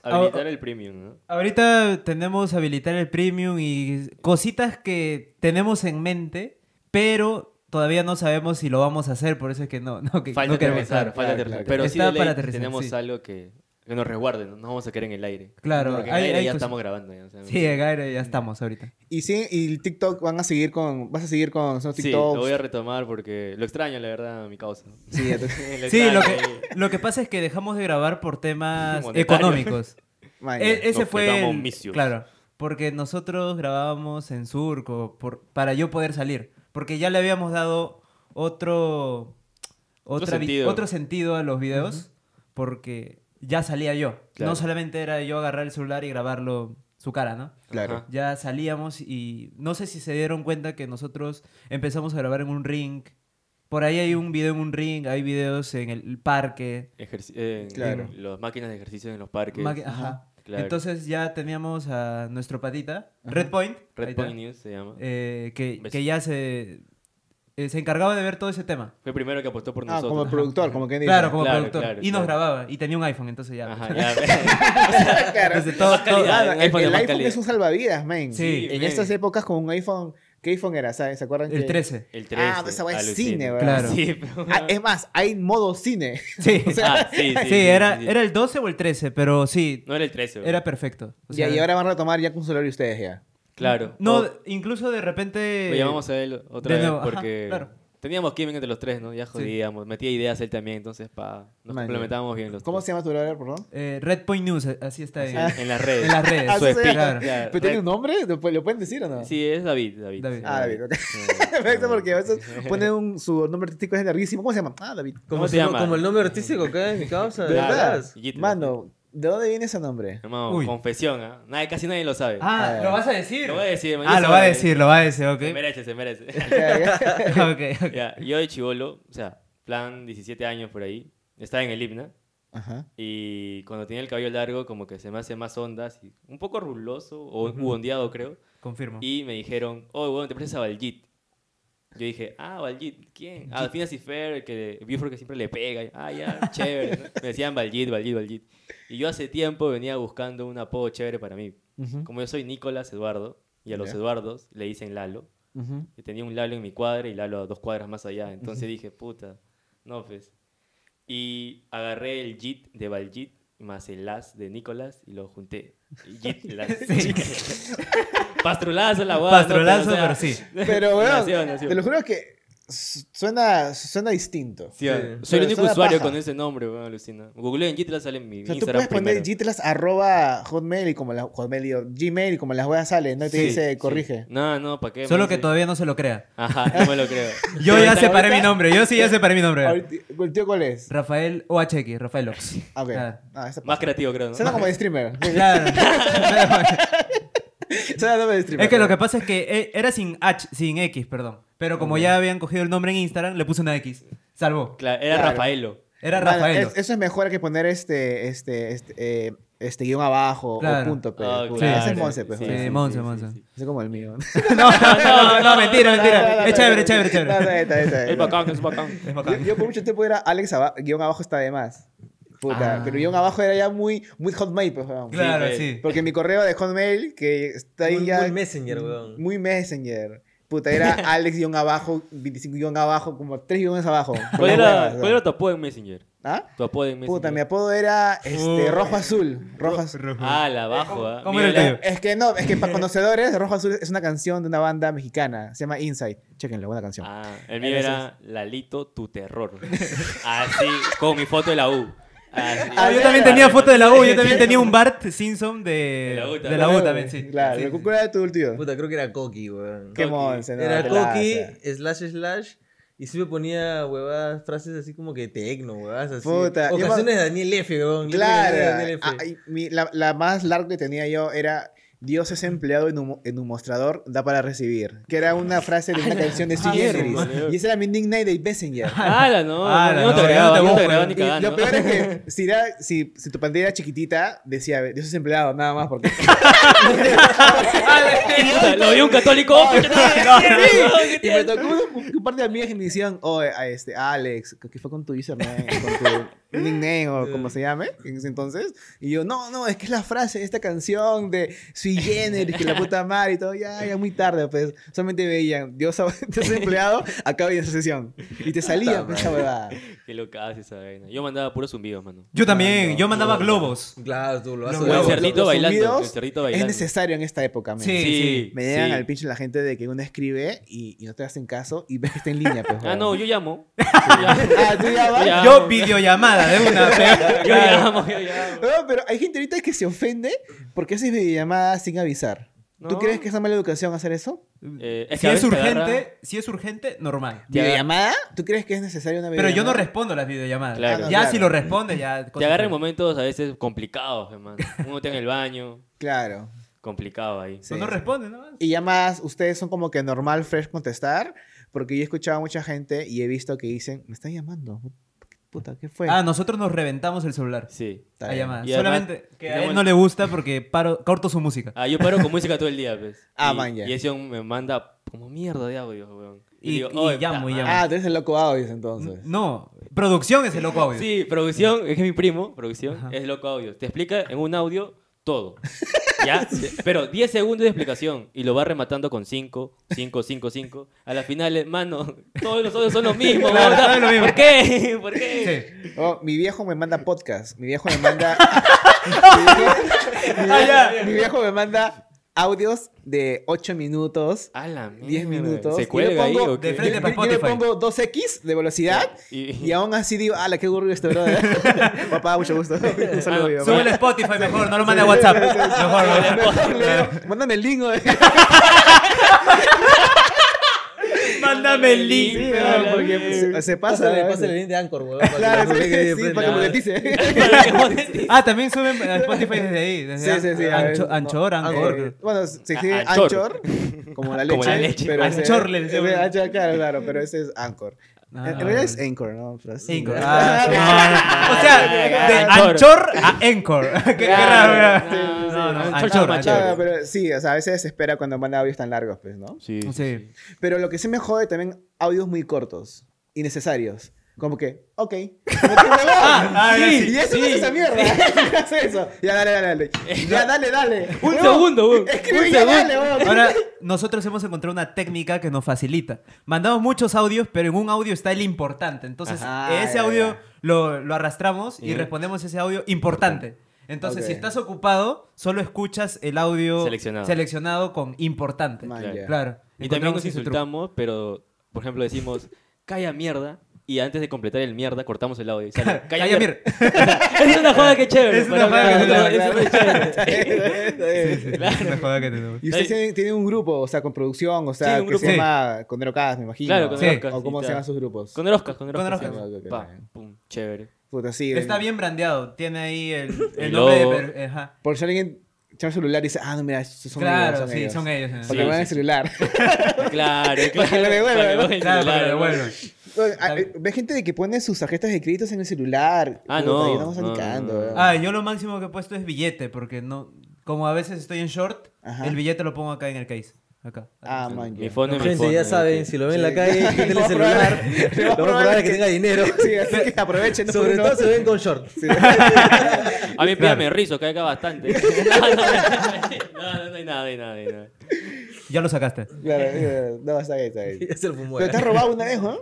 ah, oh, Habilitar el premium, ¿no? Ahorita tenemos habilitar el premium y cositas que tenemos en mente, pero todavía no sabemos si lo vamos a hacer, por eso es que no, no, que, Falta no queremos aterrizar, dar. falta Claro, aterrizar. claro. Pero sí, Está de ley para aterrizar, tenemos sí. algo que, que nos resguarde, no nos vamos a quedar en el aire. Claro, Porque en hay- el aire hay ya cosas- estamos grabando. ya, o sea, Sí, Gaire, ya estamos ahorita. y sí, y el TikTok van a seguir con, vas a seguir con son Sí, lo TikToks. voy a retomar porque lo extraño, la verdad, a mi causa. Sí, ya te- Sí, lo que, lo que pasa es que dejamos de grabar por temas Monetario. económicos. Man, E- ya. ese Nos fue. quedamos el- misios. claro, porque nosotros grabábamos en Surco por, para yo poder salir. Porque ya le habíamos dado otro. otra vi- sentido. otro sentido a los videos. Porque ya salía yo. Claro. No solamente era yo agarrar el celular y grabarlo su cara, ¿no? Claro. Ajá. Ya salíamos y no sé si se dieron cuenta que nosotros empezamos a grabar en un ring. Por ahí hay un video en un ring, hay videos en el parque. Ejerci- eh, Claro. en Las máquinas de ejercicio en los parques. Maqui- Ajá. Claro. Entonces ya teníamos a nuestro patita, Red Point, ahí Red está, Point News se llama. eh, que, Un beso. que ya se, eh, se encargaba de ver todo ese tema. Fue el primero que apostó por Ah, nosotros. como productor, como quien dice. Claro, como Claro, productor. claro, y nos claro. grababa, y tenía un iPhone, entonces ya. Ajá, ya. Claro. Entonces todo- Más calidad, todo- Ah, el, un iPhone de el más iPhone calidad. es un salvavidas, man. Sí, en man. estas épocas con un iPhone, ¿qué iPhone era? ¿Sabes? ¿Se acuerdan? el que- 13. El 13. Ah, esa weá es alucina. cine, weón. Claro. Sí, pero- Ah, es más, hay modo cine. Sí, Ah, sí, sí, Sí, sí, era, sí, sí. era el 12 o el 13, pero sí, No era el 13. weón. era perfecto. O Ya, sea, y ahora van a retomar ya con celular y ustedes ya. Claro. No, O- incluso de repente... Lo llamamos a él otra vez de nuevo, ajá, porque claro. teníamos química entre los tres, ¿no? Ya jodíamos, metía ideas él también, entonces pa, nos Man, complementábamos bien los ¿Cómo tres. se llama tu celular, perdón? eh, Red Point News, así está en, En las redes. en las redes. Ah, Su sí, speech, claro. ya, ¿Pero tiene red- un nombre? ¿Lo pu- lo pueden decir o no? Sí, es David, David. David. Ah, David, ok. Sí. Perfecto, porque a veces ponen un, su nombre artístico es larguísimo. ¿Cómo se llama? Ah, David. ¿Cómo Como, se si- llama? como el nombre artístico acá es mi causa. ¿De Claro. verdad? Yitla. Mano, ¿de dónde viene ese nombre? Hermano, Uy. confesión, ¿ah? Nadie, casi nadie lo sabe. Ah, Ah, ¿lo vas a decir? Lo voy a decir, man, Ah, yo lo sé, va a man. decir, lo va a decir, ok. Se merece, se merece. Ok, ok. Ya, yo de chivolo, o sea, plan 17 años por ahí, estaba en el himna Ajá. y cuando tenía el cabello largo como que se me hace más ondas, y un poco ruloso o bondeado creo. Confirmo. Y me dijeron, oh, bueno, te prestas a Valjit. Yo dije, ah, Valjit, ¿quién? Ah, Phineas y Fer, el que Buford que siempre le pega. Ah, ya, chévere. ¿no? Me decían Valjit, Valjit, Valjit. Y yo hace tiempo venía buscando un apodo chévere para mí. Ujú, Como yo soy Nicolás Eduardo, y a los Ya. Eduardos le dicen Lalo. ujú. Yo tenía un Lalo en mi cuadra y Lalo a dos cuadras más allá. Entonces dije, puta, no, pues. Y agarré el Jit de Valjit más el Las de Nicolás y lo junté. Y Jit, Las. Pastrulazo la guada. Pastrolazo, ¿no? pero sí. Pero, bueno, Nació, nació. te lo juro que su- suena, suena distinto. Sí, ah, Soy Pero el único suena usuario paja. con ese nombre, weón, alucina. Google en Jitla sale en mi O sea, tú Instagram puedes poner primero. gitlas arroba hotmail y como la hotmail digo, gmail y como las weas salen, ¿no? Y te Sí, dice sí. corrige. No, no, ¿para qué? Solo Me que dice- todavía no se lo crea. Ajá, no me lo creo. Yo ya Ahorita- separé mi nombre, yo sí ya separé mi nombre. Ahorita- ¿El tío cuál es? Rafael OHX, Rafael Ox. Ah, ok. Ah, Ah, esa Más pasa. creativo, creo, ¿no? Suena como de streamer. Claro. Suena como de streamer. es que lo que pasa es que eh, era sin H, sin X, perdón. Pero como ya habían cogido el nombre en Instagram, le puse una X. Salvó. Claro, era Claro. Rafaelo. Era Mano, Rafael. es- eso es mejor que poner este, este, este, eh, este guión abajo Claro. o punto. Pero, Ah, puta, claro. Ese es Monse, pues. Sí, joder. Monse, Monse. Ese es como el mío. No, no, no, mentira, No, no, mentira. no, Es chévere, no, chévere, no, no, chévere. está bien, está Es bien. bacán, es bacán. Es Yo, bacán. yo por mucho tiempo era Alex aba- guión abajo está de más. Puta, Ah. pero guión abajo era ya muy, muy hotmail, pues. weón. Claro, Sí, eh, sí. Porque mi correo de Hotmail, que está ahí Muy- ya. muy Messenger, weón. Muy Messenger. Puta, era Alex guión abajo, 25 guión abajo, como 3 guiones abajo. Por ¿Cuál las era, huevas, ¿Cuál era tu apodo en Messenger? ¿Ah? Tu apodo en Messenger. Puta, mi apodo era este, Uy. Rojo Azul. Rojo Azul. Ah, la abajo, ¿ah? ¿Cómo era el Mira, tuyo? Es que no, es que para conocedores, Rojo Azul es una canción de una banda mexicana. Se llama Inside. Chequenlo, buena canción. Ah, el mío era Lalito, tu terror. Así, con mi foto de la U. Así. Ah, yo también tenía foto de la U, yo también tenía un Bart Simpson de, De la U de la U también, sí. Claro, Sí, sí, sí. ¿cuál era tu tío? Puta, creo que era Coqui, weón. Qué Coqui. monse, no, era te Coqui, lanza. slash, slash. Y siempre ponía huevadas, frases así como que tecno, huevadas así. Puta, yo me- Ocasiones de Daniel F, weón. Yo tenía Claro. Daniel F. Ah, y mi- la, la más larga que tenía yo era Dios es empleado en un, en un mostrador, da para recibir. Que era una frase de una canción de Steve mierda, Harris. man. Y esa era mi nickname de Messenger. ¡Hala, no! ¡Hala, yo no te no! agregaba, Yo yo no no te te agregaba ni Y lo cagando. peor es que si, era- si, si tu pantalla era chiquitita, decía Dios es empleado, nada más porque. Puta, Lo vio un católico. Y me tocó un, un par de amigas que me decían, oh, a este, Alex, ¿qué fue con tu username? Con tu nickname o como se llame en ese entonces. Y yo, no, no, es que es la frase de esta canción de Sui Generis, que la puta madre y todo. Ya, ya muy tarde, pues. Solamente veían, Dios, Dios es empleado, acaba esa sesión. Y te salía pues, esa huevada. Qué loca hace esa vaina. Yo mandaba puros zumbidos, mano. Yo también, yo mandaba globos. Claro, tú lo vas Lo a O el Claro, Los- ver. cerdito los bailando. zumbidos El cerdito Es bailando. necesario en esta época, men. Sí, Sí. Me llegan sí. al pinche la gente de que uno escribe y, y no te hacen caso y ves que está en línea, pues. Ah, huevón. no, yo llamo. Yo llamo. Ah, tú ya vas. Ya. Yo videollamada de una. pe- Yo llamo, yo llamo. No, pero hay gente ahorita que se ofende porque haces videollamadas sin avisar. ¿Tú No. crees que es una mala educación hacer eso? Eh, es que si a es veces te agarra- urgente, si es urgente, normal. Te agarra- ¿Videollamada? ¿Tú crees que es necesaria una Pero videollamada? yo no respondo las videollamadas. Claro. ya Claro. si lo responde, ya. Te agarra en momentos a veces complicados, hermano. Uno está en el baño, Claro. complicado ahí. Sí. No, no responde, ¿no? Y llamadas, ustedes son como que normal, fresh contestar. Porque yo he escuchado a mucha gente y he visto que dicen, me están llamando. Puta, ¿qué fue? Ah, nosotros nos reventamos el celular. Sí. Está a bien. llamadas. Y además, Solamente que a él tenemos- no le gusta porque paro, corto su música. Ah, yo paro con música todo el día, pues. Ah, y, man, ya. Y ese hombre me manda como mierda de audio, weón. Y- y "Oye, llamo, y puta llamo". Ah, tú eres el loco audios entonces. Mm, No, producción es el loco audio. Sí, producción, es que mi primo, producción, Ajá. es loco audio. Te explica en un audio todo. ¿Ya? Pero 10 segundos de explicación y lo va rematando con 5, 5, 5, 5. A la final, hermano, todos los audios son los mismos. Claro, ¿verdad? todo es lo mismo. ¿Por qué? ¿Por qué? Sí. Oh, mi viejo me manda podcast. Mi viejo me manda. mi, viejo, Ah, mi viejo me manda audios de 8 minutos. A la mierda. 10 minutos. ¿Se Yo le cuelga ahí pongo- o qué? de frente. yo, para yo- yo le Spotify. pongo 2x de velocidad Y- y aún así digo, ala, qué aburrido este, brother. Papá, mucho gusto. Un saludo, Ah, mi papá. Súbele a Spotify mejor, no lo mande a WhatsApp. Mejor, mejor. Mándame el lingo. Mándame el link. Sí, weón, porque Ah, se, se pasa. Pásale, weón. pásale el link de Anchor, weón. Claro, sí, sí, sí, para que me monetice. Para que monetice. Ah, también suben a Spotify desde ahí. Desde Sí, sí, sí, a Ancho, ver. Anchor, Anchor. Eh, bueno, se escribe Anchor. Anchor, como la leche. Como la leche. Pero ese- Anchor le decimos. ese- Anchor, claro, claro, pero ese es Anchor. Ah. en realidad es Anchor, ¿no? Pero sí. Anchor. Ah, Ah, no, no. O sea, de Anchor. Anchor a Anchor. Qué, qué raro. Claro, ¿verdad? sí, sí, No, sí. no, Anchor Anchor, llama claro, chévere. Anchor. pero sí, o sea, a veces se espera cuando manda audios tan largos, pues, ¿no? Sí. Sí. Pero lo que sí me jode también, audios muy cortos, innecesarios. Como que, ok. Como que, huevón, ah, ya, sí, sí, y eso no es esa mierda. ¿Qué es eso? Ya, dale, dale, dale. Ya, dale, dale. Un Huevón, segundo, weón. Escribe Un ya, segundo. dale, huevón. Ahora, nosotros hemos encontrado una técnica que nos facilita. Mandamos muchos audios, pero en un audio está el importante. Entonces, Ajá, Ah, ese ya, audio ya. Lo, lo arrastramos y respondemos ese audio importante. Entonces, Ok. si estás ocupado, solo escuchas el audio Seleccionado. seleccionado con importante. Man, Claro. ya. Claro. Y también Encontramos nos ese truco. insultamos, pero por ejemplo decimos, calla mierda. Y antes de completar el mierda, cortamos el audio. y sale, Calla, mierda. es una joda que es chévere. Es pero una joda que claro, es es una chévere. Es una joda que tenemos. Y ustedes tienen, tienen un grupo, o sea, con producción, o sea, Sí, un que grupo. se Sí. llama Condero Cas, me imagino. Claro, con Sí. el o, Oscar, o cómo sí, se claro. llaman sus grupos. Con el Oscar, con el Con el Oscar. Oscar. se llama. Ok, ok, Pa, ok. pum, chévere. Puta, sí. Está el- bien brandeado. Tiene ahí el, el El nombre de logo. per- ajá. Por si alguien echa el celular y dice, ah, no, mira, estos son Claro, ellos, son sí, ellos. son ellos. eh. ¿no? Porque Sí, van sí, el sí. celular. Claro, Para que lo devuelvan, ¿no? devuelvan el Claro, celular, para que lo ¿no? devuelvan. Oye, ah, eh, Ve gente de que pone sus tarjetas de créditos en el celular. Ah, Puta, no, ya estamos no, no, alicando, no. weón. Ah, yo lo máximo que he puesto es billete, porque no. Como a veces estoy en short, Ajá. el billete lo pongo acá en el case. Acá. Ah, man. Mi phone, mi Gente, phone. ya ok. saben, si lo ven en la Sí. calle, Lo quítenle más el celular. probable- lo Lo más más probable es que tenga dinero. Sí, así que aprovechen. ¿no? Sobre Uno- todo se ven con short. Sí. A mí pídame rizo, que acá bastante. No, no, no, no hay nada, no hay nada, no hay nada. Ya lo sacaste. Claro, eh, no, está bien, está bien. Es el fumo. Pero te has robado una vez, ¿no?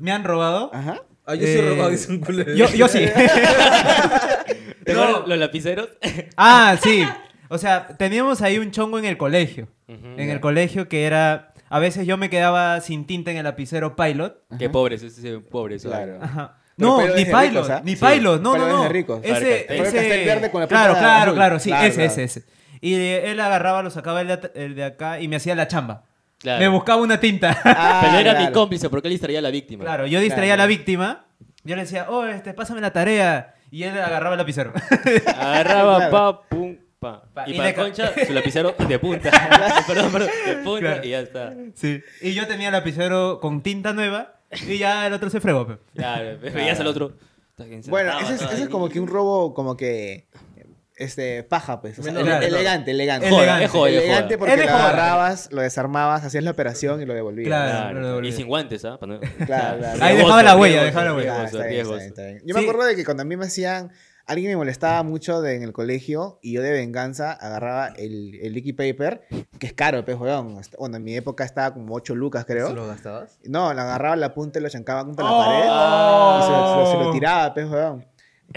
Me han robado. Ajá. Ah, yo soy Eh, robado, dice un culo. de- Yo, yo sí. ¿Te No. acuerdas los lapiceros? ah, sí. O sea, teníamos ahí un chongo en el colegio. En el colegio que era. A veces yo me quedaba sin tinta en el lapicero Pilot. Qué pobres, ese es pobre. eso. Claro. Ajá. Pero No, Pilot ni es de ricos, Pilot, ¿ah? ni Sí. Pilot, no, Pilot no, es no. de ricos. Ese, Para el café. Fue el ese... café verde con la claro, punta claro, azul. claro, sí, Claro, ese, claro. ese, ese. Y eh, él agarraba, lo sacaba el de, at- el de acá y me hacía la chamba. Claro. Me buscaba una tinta. Ah, Pero era mi claro. cómplice, porque él distraía a la víctima. claro, yo distraía Claro. a la víctima. Yo le decía, oh, este, pásame la tarea. Y él agarraba el lapicero. Agarraba, Claro. pa, pum. Pa. Pa, Y, y para le ca- Concha, su lapicero de punta. perdón, perdón, de punta Claro. y ya está. Sí. Y yo tenía el lapicero con tinta nueva y ya el otro se fregó. pe. Ya, veías al otro. Está bien, se Bueno, estaba ese es, todo ese es ahí. como que un robo como que este paja, pues. o sea, Menor. ele- Claro. elegante, elegante. Joda, es joda, es joda. elegante porque Es de lo joda. agarrabas, lo desarmabas, hacías la operación y lo devolvías. Claro. Claro, lo devolví. Y sin guantes, ¿ah? Para no- Claro, claro. Ahí dejaba la huella, dejaba la huella. Ah, Riesgoso, está bien, está riesgoso. bien, está bien. Yo me Sí. acuerdo de que cuando a mí me hacían, alguien me molestaba mucho de- en el colegio y yo de venganza agarraba el, el Licky Paper, que es caro, pues, weón. Hasta- Bueno, en mi época estaba como 8 lucas, ¿Se creo. los gastabas? No, lo agarraba la punta y lo chancaba contra la Oh. pared. Y se, lo- se lo- se lo tiraba, pues, weón.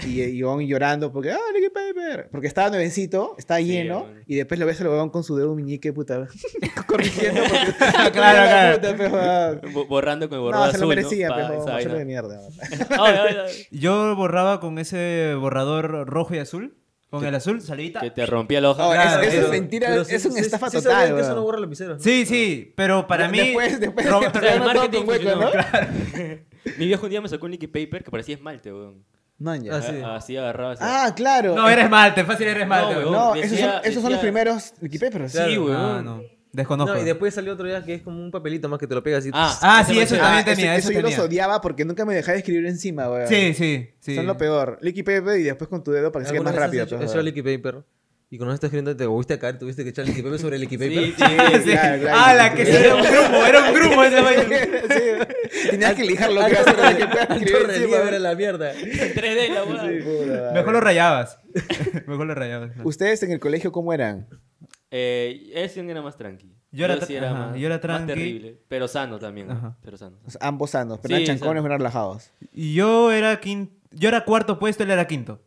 Y, eh, y yo llorando porque, ah, Licky Paper. Porque estaba nuevecito, estaba lleno. weón. y después lo ves al weón con su dedo meñique, puta. corrigiendo porque. Claro, claro. Puta, pues, weón. Bo- Borrando con el borrón No, se azul. lo merecía, Pa, pero esa macho vaina. de mierda. weón. Ay, ay, ay. Yo borraba con ese borrador rojo y azul. Con el azul, salivita. Que te rompía la hoja. Oh, eso, Claro, eso pero- es mentira, pero sí- es una sí- estafa sí sabían total. que eso no weón. borra lapiceros. Sí, sí, pero para mí. Después, después, Ro- después el no todo marketing con hueco, funcionó, ¿no? Mi viejo un día me sacó un liquid paper que parecía esmalte, weón. No, ya. Ah, sí. A- Así agarraba así. Ah, claro. No, eres malte, fácil eres malte. No, weón. No, decía- esos, son, esos son los decía- primeros Wikipapers. Claro. sí, Ah, weón. no. Desconozco. No, y después salió otro día que es como un papelito más que te lo pegas y... Ah, Ah, sí, eso Ah, también ese- tenía. eso, Eso, yo tenía. los odiaba porque nunca me dejaba escribir encima, weón. Sí, sí, sí. Son lo peor. Wikipaper y después con tu dedo para que sea más rápido. Eso pues, es weón. liquid paper. Y cuando estás escribiendo te volviste a caer, tuviste que echar liquid paper sobre liquid paper. Sí, sí, sí. Sí. Claro, claro. Ah, la que sí, era un grupo, era un grupo ese baile. Sí, Tenías que lijar Ah, lo que ibas a hacer, que puedas Alto escribir encima, relieve era weón. la mierda. Ah, 3D la weá. Sí, puta, Mejor lo weón. rayabas. Mejor lo rayabas. no. ¿Ustedes en el colegio cómo eran? Eh, ese era más tranqui. Yo era tra- sí era ajá, más, yo era más tranqui. terrible, pero sano también. ¿no? Ajá. Pero sano. O sea, ambos sanos, pero Sí, eran chancones o eran relajados. Y yo era quinto, yo era cuarto puesto, él era quinto.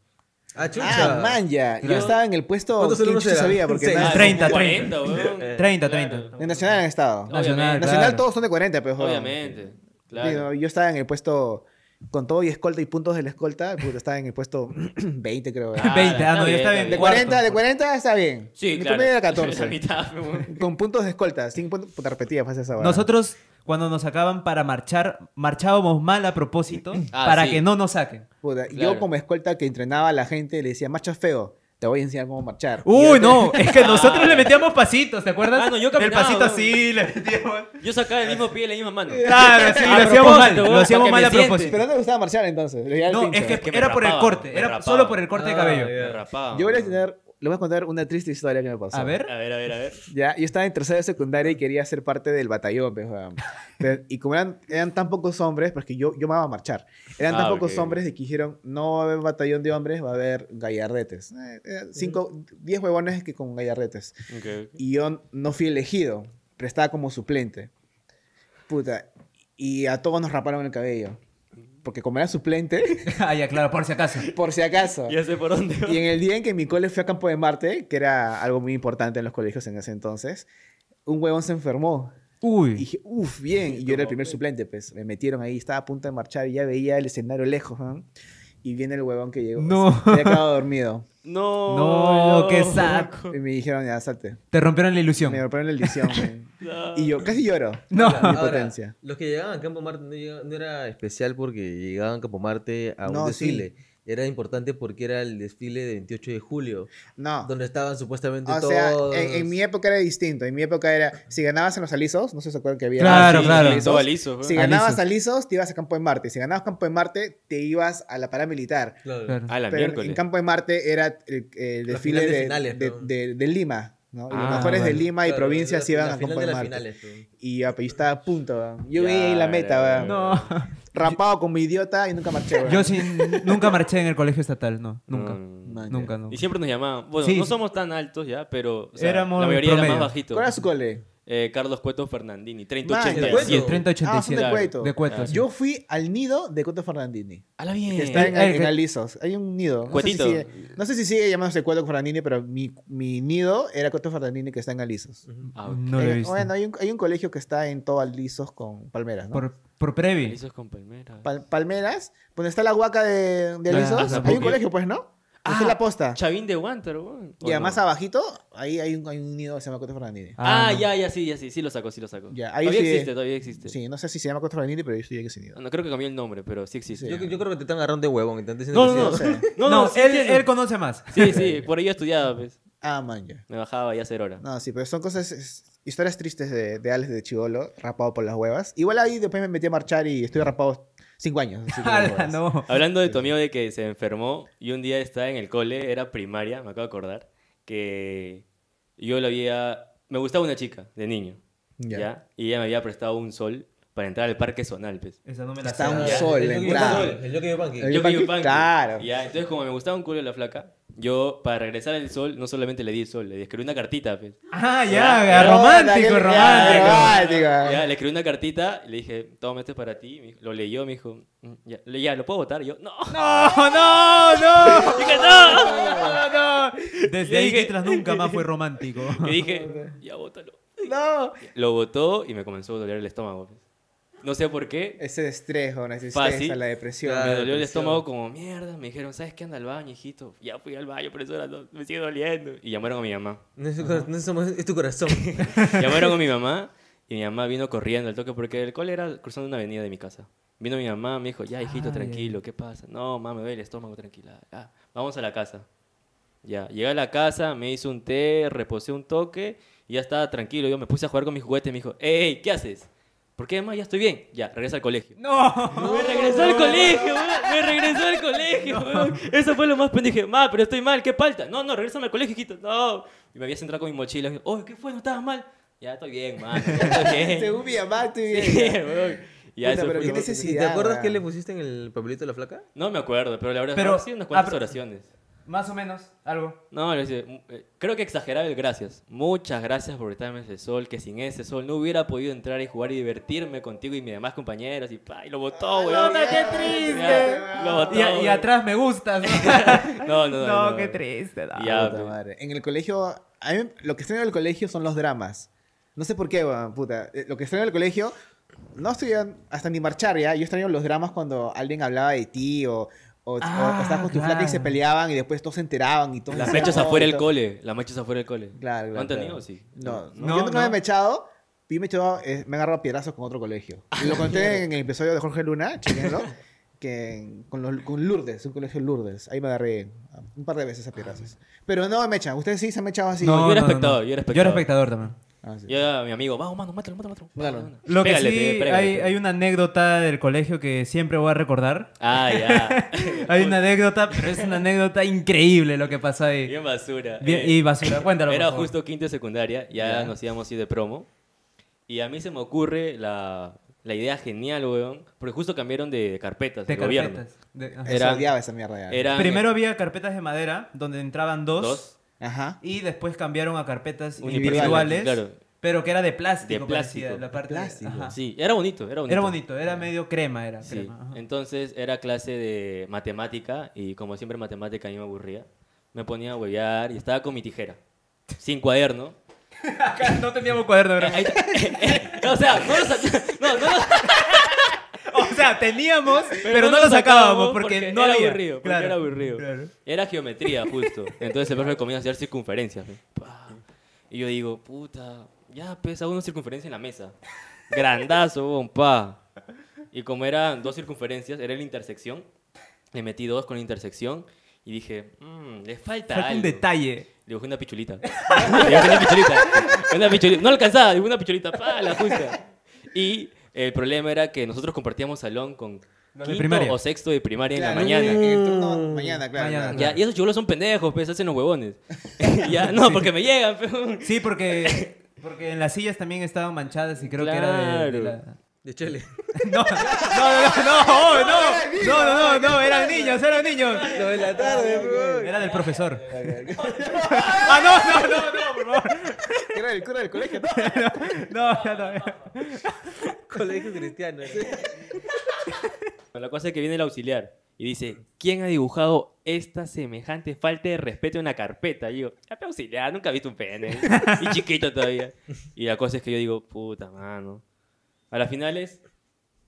Ah, chucha. Ah, man, ya. Yo Claro. estaba en el puesto. ¿Cuántos ¿Quién alumnos chucha eran? sabía? Porque Seis. nada- Ah, 30, como 30. 40, weón. 30, 30. En Nacional han Ah, estado. Obviamente. Nacional, Nacional Ah, claro. todos son de 40, pero joder. Obviamente. Claro. Digo, yo estaba en el puesto con todo y escolta y puntos de la escolta, puta, estaba en el puesto 20 creo. ¿verdad? Ah, 20, ah, está no, ya bien, está está bien. bien. de cuarto. 40, de 40 está bien. Sí, Mi claro. promedio era La 14. mitad, weón. con puntos de escolta, sin puntos, puta repetida, pasa esa huevada. Nosotros cuando nos sacaban para marchar, marchábamos mal a propósito Ah, para sí. que no nos saquen. Puta, Yo Claro. como escolta que entrenaba a la gente le decía, macho feo, te voy a enseñar cómo marchar. Uy, no, es que nosotros le metíamos pasitos, ¿te acuerdas? Ah, no, yo El caminaba, pasito weón. así le metíamos. Yo sacaba el mismo pie y la misma mano. Claro, sí, A lo hacíamos mal, propósito, weón, lo para hacíamos que mal me a propósito. Pero no te gustaba marchar entonces. le llegaba el No, pincho. es que, Es que me era por el rapaba, corte, me era rapaba. solo por el corte de Ah, cabello. ya. Me rapaba, Yo voy a weón. tener, les voy a contar una triste historia que me pasó. A ver. A ver, a ver, a ver. Ya, yo estaba en tercero de secundaria y quería ser parte del batallón, pues, weón. Pero- Y como eran, eran tan pocos hombres, porque yo, yo me iba a marchar, eran tan Ah, pocos ok. hombres de que dijeron, no va a haber batallón de hombres, va a haber gallardetes. Eh, eh, cinco, diez huevones que con gallardetes. Ok, ok. Y yo no fui elegido, pero estaba como suplente. Puta, y a todos nos raparon el cabello. Porque como era suplente, Ah, ya, claro, por si acaso. por si acaso. Ya sé por dónde. va. Y en el día en que mi cole fue a Campo de Marte, que era algo muy importante en los colegios en ese entonces, un huevón se enfermó. Y Uy. dije, uff, bien. Y yo era el primer suplente, pues. Me metieron ahí, estaba a punto de marchar y ya veía el escenario lejos, ¿ah? Y viene el huevón que llegó. No. Se había quedado dormido. No. No, qué loco. saco. Y me dijeron, ya, salte. Te rompieron la ilusión. Me rompieron la ilusión, man. No. Y yo casi lloro. No. Mi Ahora, potencia. Los que llegaban a Campo Marte no, llega- no era especial porque llegaban a Campo Marte a un No, sí. desfile. Era importante porque era el desfile de 28 de julio, No. donde estaban supuestamente Ah. O todos. sea, en, en mi época era distinto. En mi época era, si ganabas en los alisos, no sé si se acuerdan que había. Claro, Ah, sí, claro. Todo liso, Si weón. ganabas Alisos. alisos, te ibas a Campo de Marte. Si ganabas Campo de Marte, te ibas a la paramilitar. Claro. Claro. Ah, la Pero en- en miércoles. Campo de Marte era el, el La desfile final de, de finales, de- ¿no? de- de Lima. ¿no? los Ah, mejores de vale. Lima y Claro, provincias la- iban la a final Campo de de las Marte. finales, pues. Y yo pues, estaba a punto. weón. Yo Ya, veía ahí la meta, ya, weón. ya. No. rapado como idiota y nunca marché. weón. Yo sí, nunca marché en el colegio estatal, no, nunca. No. Man, ya. Nunca, nunca. Y siempre nos llamaban. Bueno, Sí, no sí. somos tan altos ya, pero o sea, Éramos la mayoría era promedio. más bajito. ¿Cuál era su cole? Eh, Carlos Cueto Fernandini, Man, ya. 3087. 3087. Ah, son de Claro. Cueto. De Cueto, sí. Ah, Yo fui al nido de Cueto Fernandini. A la bien. Que está en, El- el en Eh, que- Alisos. Hay un nido. No sé, si Cuetito. sigue, no sé si sigue llamándose Cueto Fernandini, pero mi, mi nido era Cueto Fernandini que está en Alisos. Ah, ok. No lo he Eh, visto. Bueno, hay un, hay un colegio que está en todo Alisos con palmeras, ¿no? por, por Previ. Alisos con palmeras. Pal- palmeras, donde está la huaca de, de Ah, Alisos. Azapuqui. hay un colegio, pues, ¿no? Está Ah, la posta. Chavín de Wanter, weón. Y además abajo. abajito, ahí hay un, hay un nido que se llama Cueto Fernandini. Ah, Ah, no. ya, ya, sí, ya, sí, sí lo sacó, sí lo sacó. Ya, ahí todavía sí- existe, todavía existe. Sí, no sé si se llama Cueto Fernandini, pero yo estoy aquí sin nido. No creo que cambió el nombre, pero sí existe. Yo, yo creo que te están agarrando de huevón. y te están diciendo No, que no, no. sí. sí. no, no, sí él, entiendo. él conoce más. Sí, sí, por ahí yo estudiaba, pues. Ah, man, ya. Me bajaba ya a hacer hora. No, sí, pero son cosas, es- historias tristes de, de Alex de Chivolo, rapado por las huevas. Igual ahí después me metí a marchar y estuve rapado cinco años. así que por las pues. ¡Hala, huevas. no! Hablando de tu amigo de que se enfermó y un día estaba en el cole, era primaria, me acabo de acordar, que yo lo había... Me gustaba una chica de niño, Ya. ¿ya? Y ella me había prestado un sol para entrar al Parque Zonal, pues. Esa no me la Está sé. un Ya. sol, El entrada. Yoki- El Yoki de Panqui. El Yo Yupanqui, vivo en claro. Ya, entonces como me gustaba un culo la flaca, yo para regresar al sol, no solamente le di el sol, le escribí una cartita, pues. ¡Ah, Ya, ya! ya, ya, ¡Romántico, ya, romántico! ya, Ah, Romántico. Ya, le escribí una cartita, le dije, toma, esto es para ti. Me dijo- Lo leyó, me dijo, "Mm, ya, le- ya, ¿lo puedo votar? Yo, no. ¡No, Oh, no, no! Dije, no. ¡No, no! Desde Yo ahí dije- Kitras nunca más fue romántico. Y dije, ya, bótalo. No. Lo votó y me comenzó a doler el estómago. pues. No sé por qué. Ese estrés, la tristeza, Fácil. la depresión. Claro. me dolió el depresión. estómago como mierda. Me dijeron, ¿sabes qué? Anda al baño, hijito. Ya fui al baño, pero eso era- no- me sigue doliendo. Y llamaron a mi mamá. No es tu cora- no somos- es tu corazón. Llamaron a mi mamá y mi mamá vino corriendo al toque porque el cole era cruzando una avenida de mi casa. Vino mi mamá, me dijo, ya hijito, Ay, tranquilo, ¿qué pasa? No, mamá, me duele el estómago, tranquila. Ah, vamos a la casa. Ya, llegué a la casa, me hice un té, reposé un toque y ya estaba tranquilo. Yo me puse a jugar con mis juguetes y me dijo, hey, ¿qué haces? ¿Por qué, mamá? Ya estoy bien. Ya, regresa al colegio. ¡No! Me regresó al colegio, weón. me regresó al colegio. weón. Eso fue lo más pendejo. Dije, ma, pero estoy mal, ¿qué falta? No, no, regresame al colegio, hijito. No. Y me había centrado con mi mochila. Dije, Oh, ¿qué fue? ¿No estabas mal? Ya estoy bien, ma. Ya estoy bien. Según mi mamá, estoy bien. Sí, weón. Y ya Puta, pero eso fue. qué weón. necesidad. ¿Y ¿Te acuerdas weón. qué le pusiste en el papelito de la flaca? No me acuerdo, pero la verdad, Pero- pero, sí, unas cuantas ah, pero- oraciones. Más o menos, algo. No, le dice, mm, eh, creo que exageraba el gracias. Muchas gracias por darme ese sol, que sin ese sol no hubiera podido entrar y jugar y divertirme contigo y mis demás compañeros. Y, pa, y lo Ah, botó, Ah, weón. puta, qué Ya, triste. Lo botó, Y, a- y weón. atrás me gustas. No, no, no. No, no. qué triste. no. Ya, Puta pe. madre. En el colegio, a mí lo que extraño del colegio son los dramas. No sé por qué, weón, puta. Eh, Lo que extraño del colegio, no estoy hasta ni marchar ya. Yo extraño los dramas cuando alguien hablaba de ti o, o, o- Ah, o estabas con tu claro. flaca y se peleaban y después todos se enteraban y todos. Las decían, mechas "Oh", afuera y del todo. cole. Las mechas afuera del cole. Claro, ¿No claro. han tenido? claro. Sí. No, No, no, yo no, no. me he echado. Yo me he echado, eh, me he agarrado a piedrazos con otro colegio. Lo conté en el episodio de Jorge Luna, chequenlo. Que en- con, los, con Lourdes, un colegio Lourdes. Ahí me agarré ah, un par de veces a Ah, piedrazos. Pero no me echan. Ustedes sí se me echado así. No, yo era espectador, yo era espectador. también. Ah, sí. Yo era mi amigo, vamos, mano, mátalo, mátalo, mátalo. Claro. Mátalo. Lo que Pégale, sí, pe, pégale, hay, pe. hay una anécdota del colegio que siempre voy a recordar. Ah, ya. Hay una anécdota, pero es una anécdota increíble lo que pasó ahí. Bien basura. Bien, Eh, y basura, cuéntalo. por Era favor. justo quinto de secundaria, ya nos íbamos a ir de promo. Y a mí se me ocurre la, la idea genial, weón. Porque justo cambiaron de, de carpetas, de, De gobierno. carpetas. de- ajá. Eso, Eran- odiaba esa mierda ya. Eran, eh, Primero había carpetas de madera, donde entraban dos, Dos. Ajá. y después cambiaron a carpetas Individuales, individuales, claro. pero que era de plástico. De plástico. parecía, la parte de- plástico. ajá. Sí, era bonito, era bonito. Era bonito, era medio crema, era Sí. crema. ajá. Entonces era clase de matemática y como siempre matemática a mí me aburría. Me ponía a huevear y estaba con mi tijera. Sin cuaderno. Acá no teníamos cuaderno, Eh, ¿verdad? ahí está. Eh, eh, no, o sea, no lo sa- no, no lo- O sea, teníamos, pero, no no lo lo sacábamos sacábamos porque, porque no era había. aburrido, porque era aburrido. claro. Era geometría justo. Entonces el profe comienza a hacer circunferencias. ¿no? Pa. Y yo digo, puta, ya pesa una circunferencia en la mesa. Grandazo, bon, pa. Y como eran dos circunferencias, era la intersección. Le metí dos con la intersección y dije, mmm, le falta, Falta algo. un detalle. Le dibujé una pichulita. Le dibujé una pichulita. Una pichulita. No alcanzaba, dibujé una pichulita. Pa, la justa. Y el problema era que nosotros compartíamos salón con Los de quinto primaria. o sexto de primaria Claro, Mm. en la En mañana. el turno, mañana, claro. Mañana, claro. Ya, y esos chulos son pendejos, pues, hacen los huevones. ya, no, porque me llegan, pero... Sí, porque, porque en las sillas también estaban manchadas y creo que era de, de Claro. la- De Chele. No, no, no, no, no, no, no, no, no, eran niños, eran niños. Lo de la tarde, Era del profesor. Ah, no, no, no, no, por favor. Era el cura del colegio. ¿no? No, no, no. Colegio cristiano. La cosa es que viene el auxiliar y dice, ¿quién ha dibujado esta semejante falta de respeto en una carpeta? Y digo, ya pe, auxiliar, nunca he visto un pene. Y chiquito todavía. Y la cosa es que yo digo, puta mano. A las finales,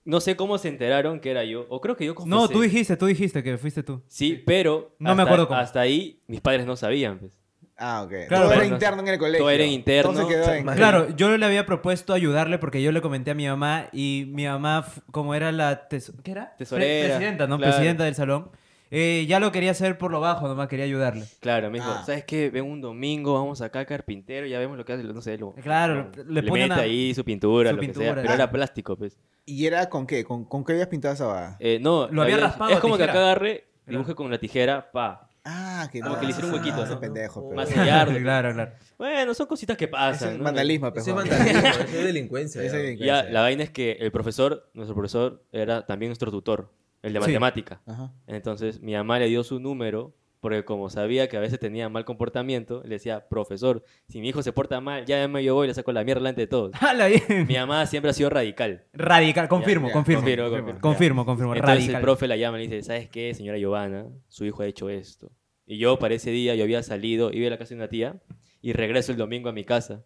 no sé cómo se enteraron que era yo, o creo que yo confesé. No, tú dijiste, tú dijiste que fuiste tú. Sí, pero No me hasta- acuerdo cómo. hasta ahí mis padres no sabían. pues. Ah, ok. Claro, todo era pero- interno en el colegio. Todo era interno. Todo se quedó en... Más- Claro, yo le había propuesto ayudarle porque yo le comenté a mi mamá y mi mamá, f- como era la tes- ¿qué era? Tesorera, Pre- Presidenta, ¿no? claro. Presidenta del salón. Eh, ya lo quería hacer por lo bajo, nomás quería ayudarle. Claro, me dijo, Ah. ¿sabes qué? Ven un domingo, vamos acá al carpintero, ya vemos lo que hace, no sé, lo, Claro, lo- le le, ponen mete a- ahí su pintura, su lo que pintura. sea, pero Ah. era plástico, pues. ¿Y era con qué? ¿Con, con qué habías pintado esa vaga? Eh, no, Lo había había- raspado Es como tijera. que acá agarre, dibuje con la tijera, pa. Ah, que Como que le hicieron un huequito, Ese ¿no? pendejo, pero. Más Ese allá, Claro, claro, claro. Bueno, son cositas que es pasan. ¿no? vandalismo, Ese es pejo. vandalismo, eso es delincuencia. Ese ya. es- Ya, la vaina es que el profesor, nuestro profesor, era también nuestro tutor, el de Sí. matemática. Ajá. Entonces, mi mamá le dio su número, porque como sabía que a veces tenía mal comportamiento, le decía, profesor, si mi hijo se porta mal, llámame, yo voy y le saco la mierda delante de todos. Hala, bien. Mi mamá siempre ha sido radical. Radical, confirmo, ya, confirmo. confirmo, Confirmo, confirmo. confirmo, confirmo, Entonces el radical. profe la llama y le dice, ¿sabes qué, señora Giovanna? Su hijo ha hecho esto. Y yo para ese día, yo había salido, iba a la casa de una tía y regreso el domingo a mi casa.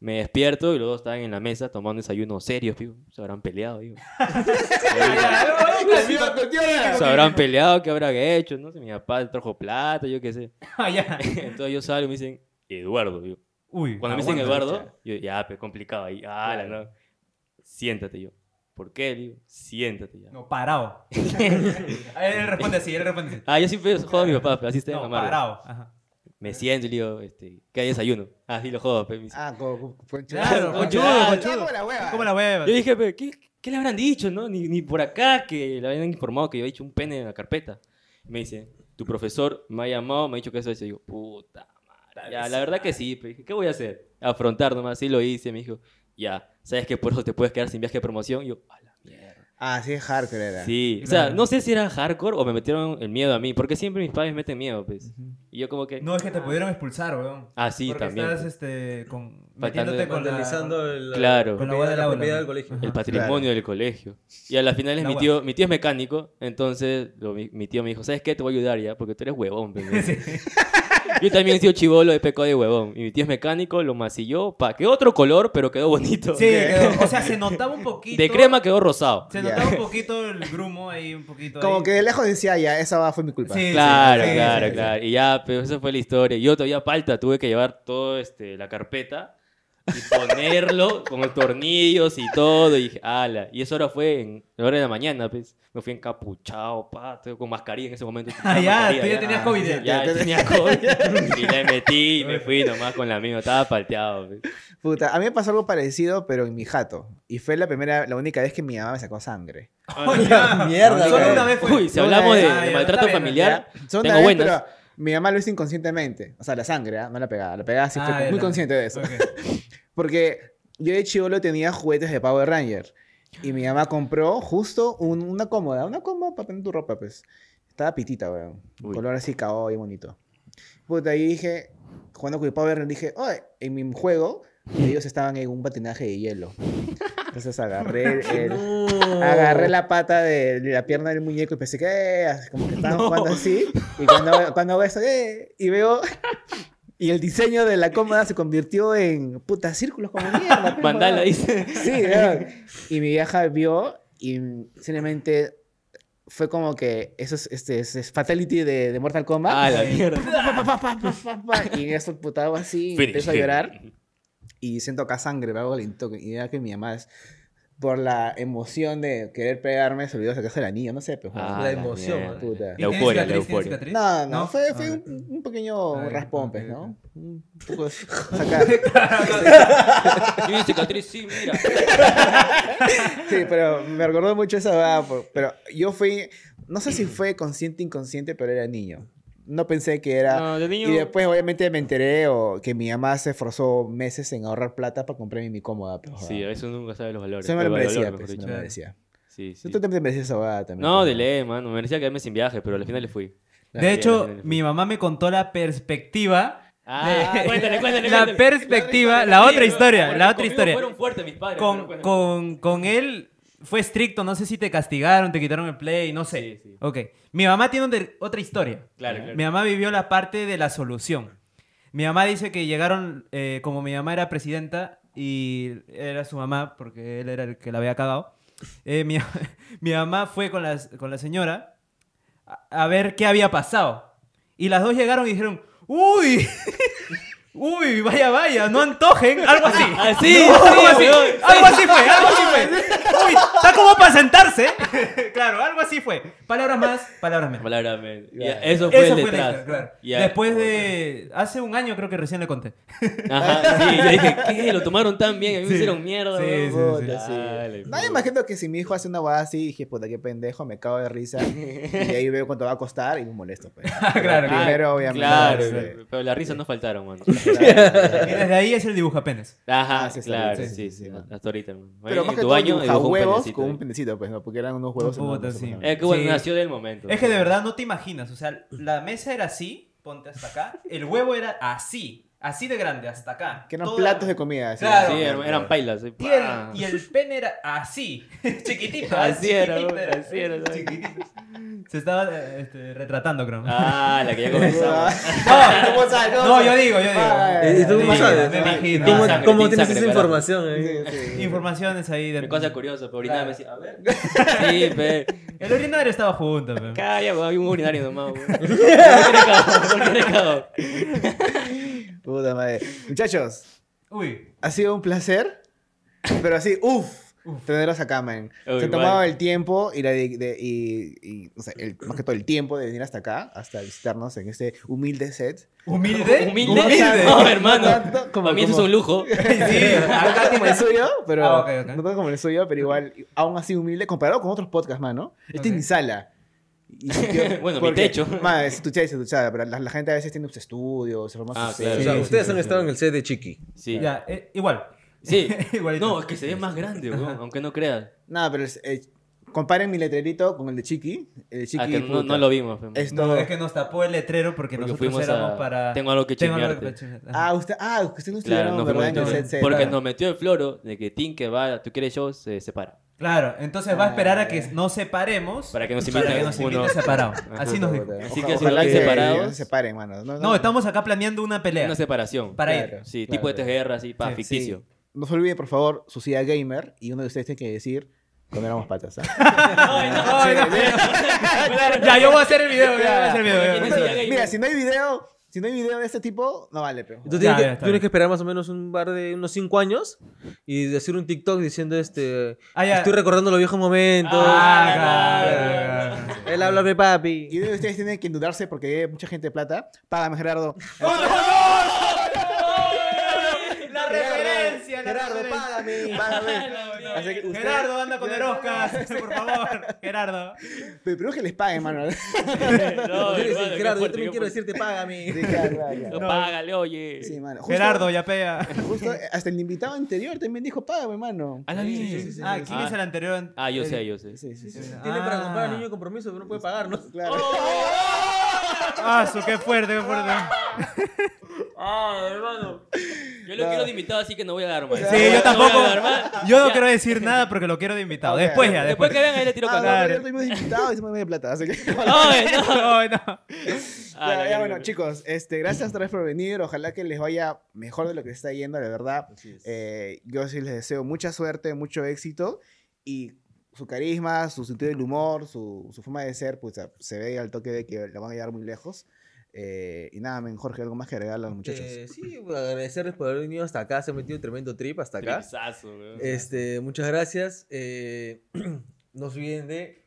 Me despierto y los dos estaban en la mesa tomando desayuno serios, pibe. Se habrán peleado, digo. Se habrán peleado, ¿qué habrán hecho? No sé, mi papá trajo plata, yo qué sé. Ah, ya. Entonces yo salgo y me dicen, Eduardo, digo. Uy, Cuando me dicen aguanta. Eduardo, yo, ya, pero complicado ahí. Ah, la no. Siéntate yo. ¿Por qué? Le digo, siéntate ya. No, parado. A él responde así, él responde así. Ah, yo siempre jodo a mi papá, pero así está en No, amargo. parado. Ajá. Me siento y le digo, este, ¿qué hay de desayuno? Ah, sí, lo jodo. pe, me dice. Ah, con conchudo. Claro, conchudo, conchudo. Ah, la hueva. ¿Cómo la hueva? Yo dije, pero ¿qué, qué le habrán dicho? no? Ni, ni por acá, que le habían informado que yo había hecho un pene en la carpeta. Y me dice, tu profesor me ha llamado, me ha dicho que eso es. Y yo, puta madre. Ya, la verdad que sí. pe, dije, ¿Qué voy a hacer? Afrontar nomás. Sí lo hice. Me dijo, ya, ¿sabes que por eso te puedes quedar sin viaje de promoción? Y yo, a la mierda. Ah, sí, es hardcore era. Sí, o sea, no sé si era hardcore o me metieron el miedo a mí, porque siempre mis padres meten miedo, pues. Y yo como que... No, es que te pudieron expulsar, weón. Ah, sí, Porque también. estás, este, con... Faltando- metiéndote con la... Vandalizando el- Claro. con la Con la propiedad, la aula. propiedad del colegio. el patrimonio del colegio. Y a las finales La mi hueva. tío, mi tío es mecánico, entonces lo- mi, mi tío me dijo, ¿sabes qué? Te voy a ayudar ya, porque tú eres huevón. pe, me dijo. Yo también he sido chivolo de pecado de huevón. Y mi tío es mecánico, lo macilló, pa, quedó otro color, pero quedó bonito. Sí, quedó- o sea, se notaba un poquito... De crema quedó rosado. Se Ya. notaba un poquito el grumo ahí, un poquito Como ahí. que de lejos decía, ya, esa va fue mi culpa. Sí. Claro, sí, sí, claro, sí, sí. claro. Y ya, pero esa fue la historia. Yo todavía falta, tuve que llevar todo este, la carpeta y ponerlo con los tornillos y todo. Y dije, ala. Y eso ahora fue en la hora de la mañana, pues. Me fui encapuchado, pa, todo con mascarilla en ese momento. Ah, ya, Mascarilla, tú ya tenías COVID. sí, Ya, Ya, te- tenía COVID. y le metí y me fui nomás con la misma. Estaba palteado. pues. Puta, a mí me pasó algo parecido, pero en mi jato. Y fue la primera, la única vez que mi mamá me sacó sangre. Ya. Mierda, Solo güey. una vez fue. Uy, si Una hablamos de, vez, de ah, ya, maltrato está bien, familiar, Son tengo una vez, buenas. pero mi mamá lo hizo inconscientemente. O sea, la sangre, ¿ah? no la pegaba. La pegaba sí, Ah, fue ya, muy ya. consciente de eso. Ok. Porque yo de chivolo tenía juguetes de Power Ranger. Y mi mamá compró justo un- una cómoda. Una cómoda para tener tu ropa, pues. Estaba pitita, weón. Uy. Color así cao y bonito. Puta, y dije, jugando con el Power Ranger, dije, oye, en mi juego, ellos estaban en un patinaje de hielo. Entonces agarré el- Agarré la pata de de la pierna del muñeco y pensé que eh, así como que estaban jugando así. Y cuando, cuando hago eso, eh, y veo. Y el diseño de la cómoda se convirtió en puta círculos como mierda. pe, Mandala, weón. dice. Sí, weón. Y mi vieja vio y simplemente fue como que eso es, este, es, es fatality de, de Mortal Kombat. Ah, la mierda. Pa, pa, pa, pa, pa, pa. Y en eso putado así, Finish empiezo a him. llorar. Y siento acá sangre, me hago lento. Y era que mi mamá es. Por la emoción de querer pegarme, se olvidó sacarse el anillo, no sé, pero. Ah, La emoción, mierda. puta. ¿Y La tienes euforia, la cicatriz? ¿Tienes euforia. cicatriz? No, no, fue, Ah, fue ok. un, un pequeño Ah, ya, raspón, pues, ok, ¿no? Un poco de sacar. Yo cicatriz, sí, mira. Sí, pero me recordó mucho esa edad. por- Pero yo fui, no sé si fue consciente o inconsciente, pero era niño. No pensé que era... No, de niño- Y después obviamente me enteré o que mi mamá se esforzó meses en ahorrar plata para comprarme mi cómoda. pues, Sí, joder. eso nunca sabe los valores. Eso me lo el valor, merecía, mejor pues, dicho. me lo merecía. Sí, sí. Tú también te merecías esa abogada también. No, pues, de ley, mano. Me merecía quedarme sin viaje, pero al final le fui. De hecho, bien, bien. mi mamá me contó la perspectiva. Ah, de- cuéntale, cuéntale, La cuéntale. perspectiva, la otra historia, la otra historia. Fueron fuertes mis padres. pero Con, bueno. con, con él fue estricto, no sé si te castigaron, te quitaron el play, no sé. Sí, sí. Ok, mi mamá tiene otra- otra historia. Claro, claro. Mi mamá vivió la parte de la solución. Mi mamá dice que llegaron, eh, como mi mamá era presidenta y era su mamá, porque él era el que la había cagado, eh, mi, mi mamá fue con, las- con la señora a, a ver qué había pasado. Y las dos llegaron y dijeron, ¡Uy! Uy, vaya, vaya, no antojen. Algo así. Ah, sí, No, algo, sí, Ah, así weón, sí. algo así fue, algo así fue. Uy, está como para sentarse. claro, algo así fue. Palabras más, palabras menos. Palabra, men. Ya, Eso fue el el detrás. extra, claro. Ya. Después de... Hace un año creo que recién le conté. Ajá, sí, yo dije, ¿qué? Lo tomaron tan bien, a mí me Sí. hicieron mierda. Sí, weón. sí, sí. Puta, dale, No me puta. imagino que si mi hijo hace una guada así, dije, puta, qué pendejo, me cago de risa. Y ahí veo cuánto va a costar y me molesto. Pues. Claro, Ah, Primero, obviamente. Claro, este, pero las risas no faltaron, mano. Y desde ahí es el dibujapenes. Ajá, Ah, sí, sí, claro, sí, sí, sí, sí, sí, man. hasta ahorita, man. Pero En más que tu todo, baño dibuja dibujó un huevos penecito con un ahí. Eh, pendecito, pues, ¿no? Porque eran unos huevos Puta, enormes, sí. ¿no? Es que bueno, Sí. nació del momento. Es que de verdad no te imaginas, o sea, la mesa era así, ponte hasta acá, el huevo era así, así de grande, hasta acá. Que eran Toda- platos de Ah. comida. así, Claro. ¿no? Sí, eran, eran pailas. sí, Y el, pa. y el pene era así, chiquitito, Así era, chiquitito güey, así era, ¿sabes? chiquitito. Se estaba eh, este, retratando, creo. Ah, la que ya comenzaba. Ah. No, Ah, ¿cómo sabes? ¿Cómo No, yo sabes? digo, yo digo. Ay, Eh, ¿Y tú Me cómo imagino, sabes? me imagino. ¿Cómo, Ah, sangre, cómo tin, tienes sangre, esa ¿verdad? información? eh? Sí, sí. Informaciones ahí de... Una cosa curiosa, pero ahorita Claro. me decía, a ver. Sí, pe. El urinario estaba junto, pero... Calla, weón, había un urinario nomás, weón. ¿Por qué eres cagado? ¿Por qué eres cagado? Puta madre. Muchachos, Uy, ha sido un placer, pero así, uff. Tenerlos acá, man. Uy, Se han tomado vale. el tiempo y, la de- de- y- y, o sea, el- más que todo el tiempo de venir hasta acá, hasta visitarnos en este humilde set. ¿humilde? ¿Humilde? Humilde. No, hermano. No tanto como- Para mí eso es como- un lujo. Sí, No acá tanto como el suyo, pero Ah, ok, no ok. tanto como el suyo, pero igual, aún así humilde, comparado con otros podcasts, man, ¿no? Esta es Ok. mi sala. Y sitio- Bueno, mi porque, techo. Man, es tu chada, es tu chada, pero la, la gente a veces tiene sus estudios, se forma Ah, sus claro. O sedes. sea, Sí, ustedes sí, han sí, estado en el set de Chiqui. Sí. Ya, eh, igual. Sí. Igualito. No, es que se ve más grande, weón, aunque no creas. Nada, pero es- eh, comparen mi letrerito con el de Chiqui. El de Chiqui. Ah, que no, puta. no lo vimos. pe, man. Es No, todo. es que nos tapó el letrero porque, Porque nosotros fuimos éramos a- para... Tengo algo que chismearte. para chismearte. Ajá. Ah, usted, ah, usted no Claro, estuvieron, no fuimos ¿verdad? En el entonces. set, set. Porque Claro. nos metió el floro de que Tim que va, tú quieres show, se separa. Claro, entonces va a esperar a que nos separemos Para que nos para inviten que nos uno. inviten separados. Así nos dijo. Puta, Así oja- que si ojalá están separados- no se separen, mano. No, No, estamos acá planeando una pelea. Una separación. Para Claro. ir. Sí, Claro. tipo de guerra, así, pa, Sí. ficticio. No se olvide, por favor, su silla gamer y uno de ustedes tiene que decir cuando éramos patas. ¿ah? Ay, no, ay, no. Ya, yo voy a hacer el video. yo voy a hacer el video, yo voy a hacer el video. gamer. Mira, Pues si no hay video, si no hay video de este tipo, no vale, pero. Tú Ya, tienes, ya, que, está tú tienes bien. que esperar más o menos un bar de unos 5 años y decir un TikTok diciendo este... Ah, ya. Estoy recordando los viejos momentos. Ah, claro, claro, Él habla de Y papi. uno de ustedes tiene que endeudarse porque hay mucha gente de plata. Págame, Gerardo. claro. La referencia, la Gerardo, págame, referencia. págame. Así que usted- Gerardo, anda con el Oscar, este, por favor. Gerardo. Pero pero que les paguen, mano. Sí, Yo No, le hermano, dije, Gerardo, qué yo fuerte, también qué quiero fuerte. decirte págame. claro, claro, claro. No, Págale, oye. Sí, mano. Justo- Gerardo, ya pega. Justo, eh, hasta el invitado anterior también dijo, págame, mano. A la vida. Ah, ¿quién es el anterior? Ah, yo sé, yo sé. Sí, Oh, sí, sí. Tiene para comprar al niño Ah. de compromiso, pero no puede pagar, ¿no? Claro. Ah, su, qué fuerte, qué fuerte. Ah, hermano. Yo lo No. quiero de invitado, así que no voy a dar, man. Sí, yo No tampoco. voy a dar, man. Yo no Ya, quiero decir nada porque lo quiero de invitado. Ok. Después ya, Después después. que venga, ahí le tiro Ah, no, cagada. Claro. pero yo tuvimos invitado y se me dio plata, así que... Ay, no. Ay, no. Ah, la ya, ya, verga. bueno, chicos, este, gracias otra vez por venir. Ojalá que les vaya mejor de lo que está yendo, la verdad. Eh, yo sí les deseo mucha suerte, mucho éxito y su carisma, su sentido del humor, su, su forma de ser, pues a- se ve al toque de que la van a llevar muy lejos. Eh, y nada, men, Jorge, algo más que agregarle a los muchachos. Eh, sí, agradecerles por haber venido hasta acá. Se ha metido un tremendo trip hasta acá. Tripazo, weón. Este, muchas gracias. Eh, no se olviden de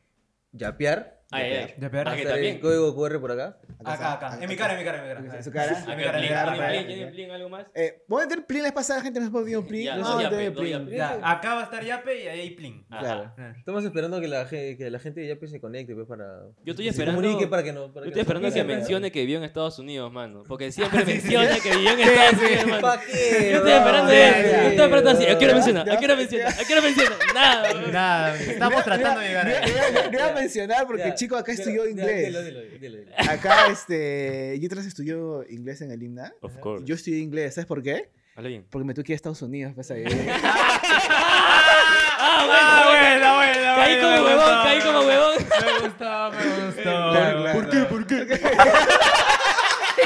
yapear. Ay, ay. Ya, pero- Ah, Va a que estar también. el código QR por acá. Acá, acá. En mi cara, en mi cara, en mi cara. En su cara. Ah, En mi que cara, en mi plin, cara, en plin, mi cara. plin, ¿tiene plin, algo más? Eh, voy a meter plin la vez pasada, la gente, no se podido plin. Ya, no, no, ya, no, pe, no, plin. ya, pe. Ya, acá va a estar Yape y ahí hay Plin. Ajá. Claro. Estamos esperando que la, ge- que la gente de Yape se conecte pues, para. Yo estoy que se esperando- comunique para que no. para Yo estoy esperando nos que diga. mencione que vivió en Estados Unidos, mano. Porque siempre menciona que vivió en Estados Unidos, mano. ¿Pa' qué, Yo estoy bro? esperando Ya, eso. ya, Yo estoy esperando así. ya. ¿A qué hora menciona? ¿A qué hora menciona? ¿A qué hora menciona? Nada, weón. Nada, estamos tratando de llegar No ahí. iba- no iba a mencionar porque Ya, el chico acá dilo, estudió ya, inglés. dilo, dilo, dilo, dilo. Acá, este, Yitras estudió inglés en el himna. Of course. Yo estudié inglés, ¿sabes por qué? Habla bien. Porque me tuve que ir a Estados Unidos, pues, ahí. Ah, bueno, bueno, Caí bueno, como me huevón, gustó, caí como huevón. Me gustó, me gustó. ¿Por qué? ¿Por qué?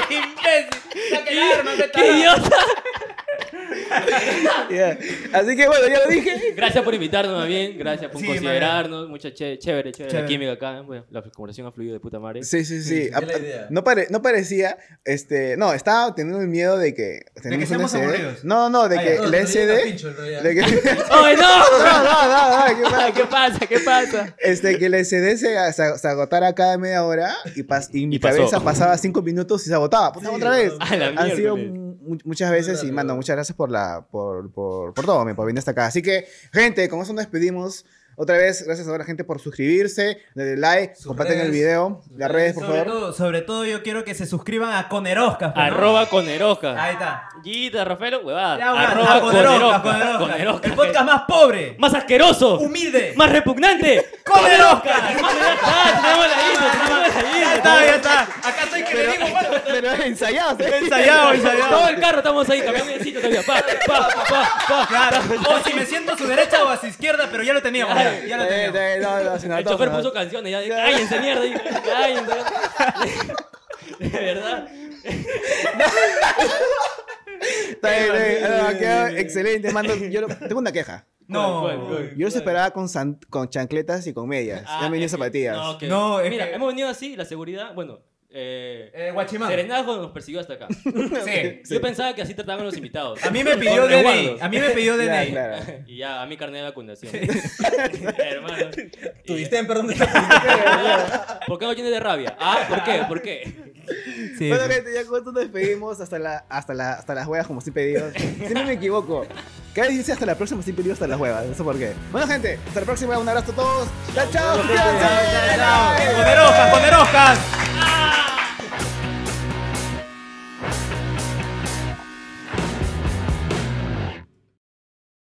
¡Imbécil! ¡Saca el arma, ¡Qué idiota! Ya. Así que bueno, ya lo dije. Gracias por invitarnos, más bien. Gracias por Sí, más bien. considerarnos. Mucha ché- chévere, chévere, Chévere. La química acá. eh, Bueno, la conversación ha fluido de puta madre. Sí, sí, sí. sí, es la idea. No, pare- no parecía, este, no, estaba teniendo el miedo de que tenemos un seamos SD. aburridos. No, no, de Ah, que ya. No, la te digo una SD, pincho, en realidad. de que ¡Ay, no! No, no, no, no, que- Ay, ¿Qué pasa? ¿Qué pasa? este, que el SD se, se- se agotara cada media hora y, pas- y mi Y pasó. cabeza pasaba cinco minutos y se agotaba. Puta, Sí, otra vez. A la Han sido mierda. mu- muchas veces y Claro. mando muchas gracias por la por, por, por todo, men, por venir hasta acá. Así que, gente, con eso nos despedimos. Otra vez, gracias a toda la gente por suscribirse, darle like, Sus comparten el redes, video, sus las redes, redes, por sobre favor. todo, sobre todo yo quiero que se suscriban a Coneroscas. pues, ¿no? Arroba coneroja. Ahí está. Gita, Rafael, huevada. Ya, bueno, Arroba a Coneroscas, coneroja. Coneroscas. Coneroja. El podcast más pobre, Más asqueroso. humilde. Más repugnante. Coneroscas. Hermano, ya está, Ah, tenemos la guita, tenemos la Ya guita. está, ya está. Acá estoy que le digo, mano. Pero ensayado, ¿sí? Ensayado, Todo ensayado. el carro estamos ahí, cambiando de sitio todavía. Pa, pa, pa, pa. Claro. O si me siento a su derecha o a su izquierda, pero ya lo teníamos. Ya, ya lo Eh, teníamos. eh, no, no, se El notó, chofer se notó. puso canciones, ya. Cállense, mierda. y- Cállense. De verdad. Está bien, está bien. Ah, no, quedó excelente, mando. Yo lo- tengo una queja. ¿Cuál, cuál, No. cuál? Yo los esperaba con, san- con chancletas y con medias. Ah, ya me es venían que- zapatillas. No, que- No, es mira, que- hemos venido así, la seguridad, bueno, eh, Eh, Guachimán. Serenazgo nos persiguió hasta acá. Sí. Yo pensaba que así trataban los invitados. A mí me pidió Con DNI. resguardos. A mí me pidió Ya, DNI. claro. Y ya, a mi carnet de vacunación. Hermano. Tu Y- distemper, ¿dónde está? ¿Por qué no tienes de rabia? Ah, ¿por qué? ¿Por qué? Sí. Bueno, gente, ya con esto nos despedimos hasta, la, hasta, la, hasta las huevas, como siempre digo. Siempre me equivoco. Cada vez dice hasta la próxima, siempre digo hasta las huevas. No sé por qué. Bueno, gente, hasta la próxima. Un abrazo a todos. Chao, chao. Poneroscas, poneroscas.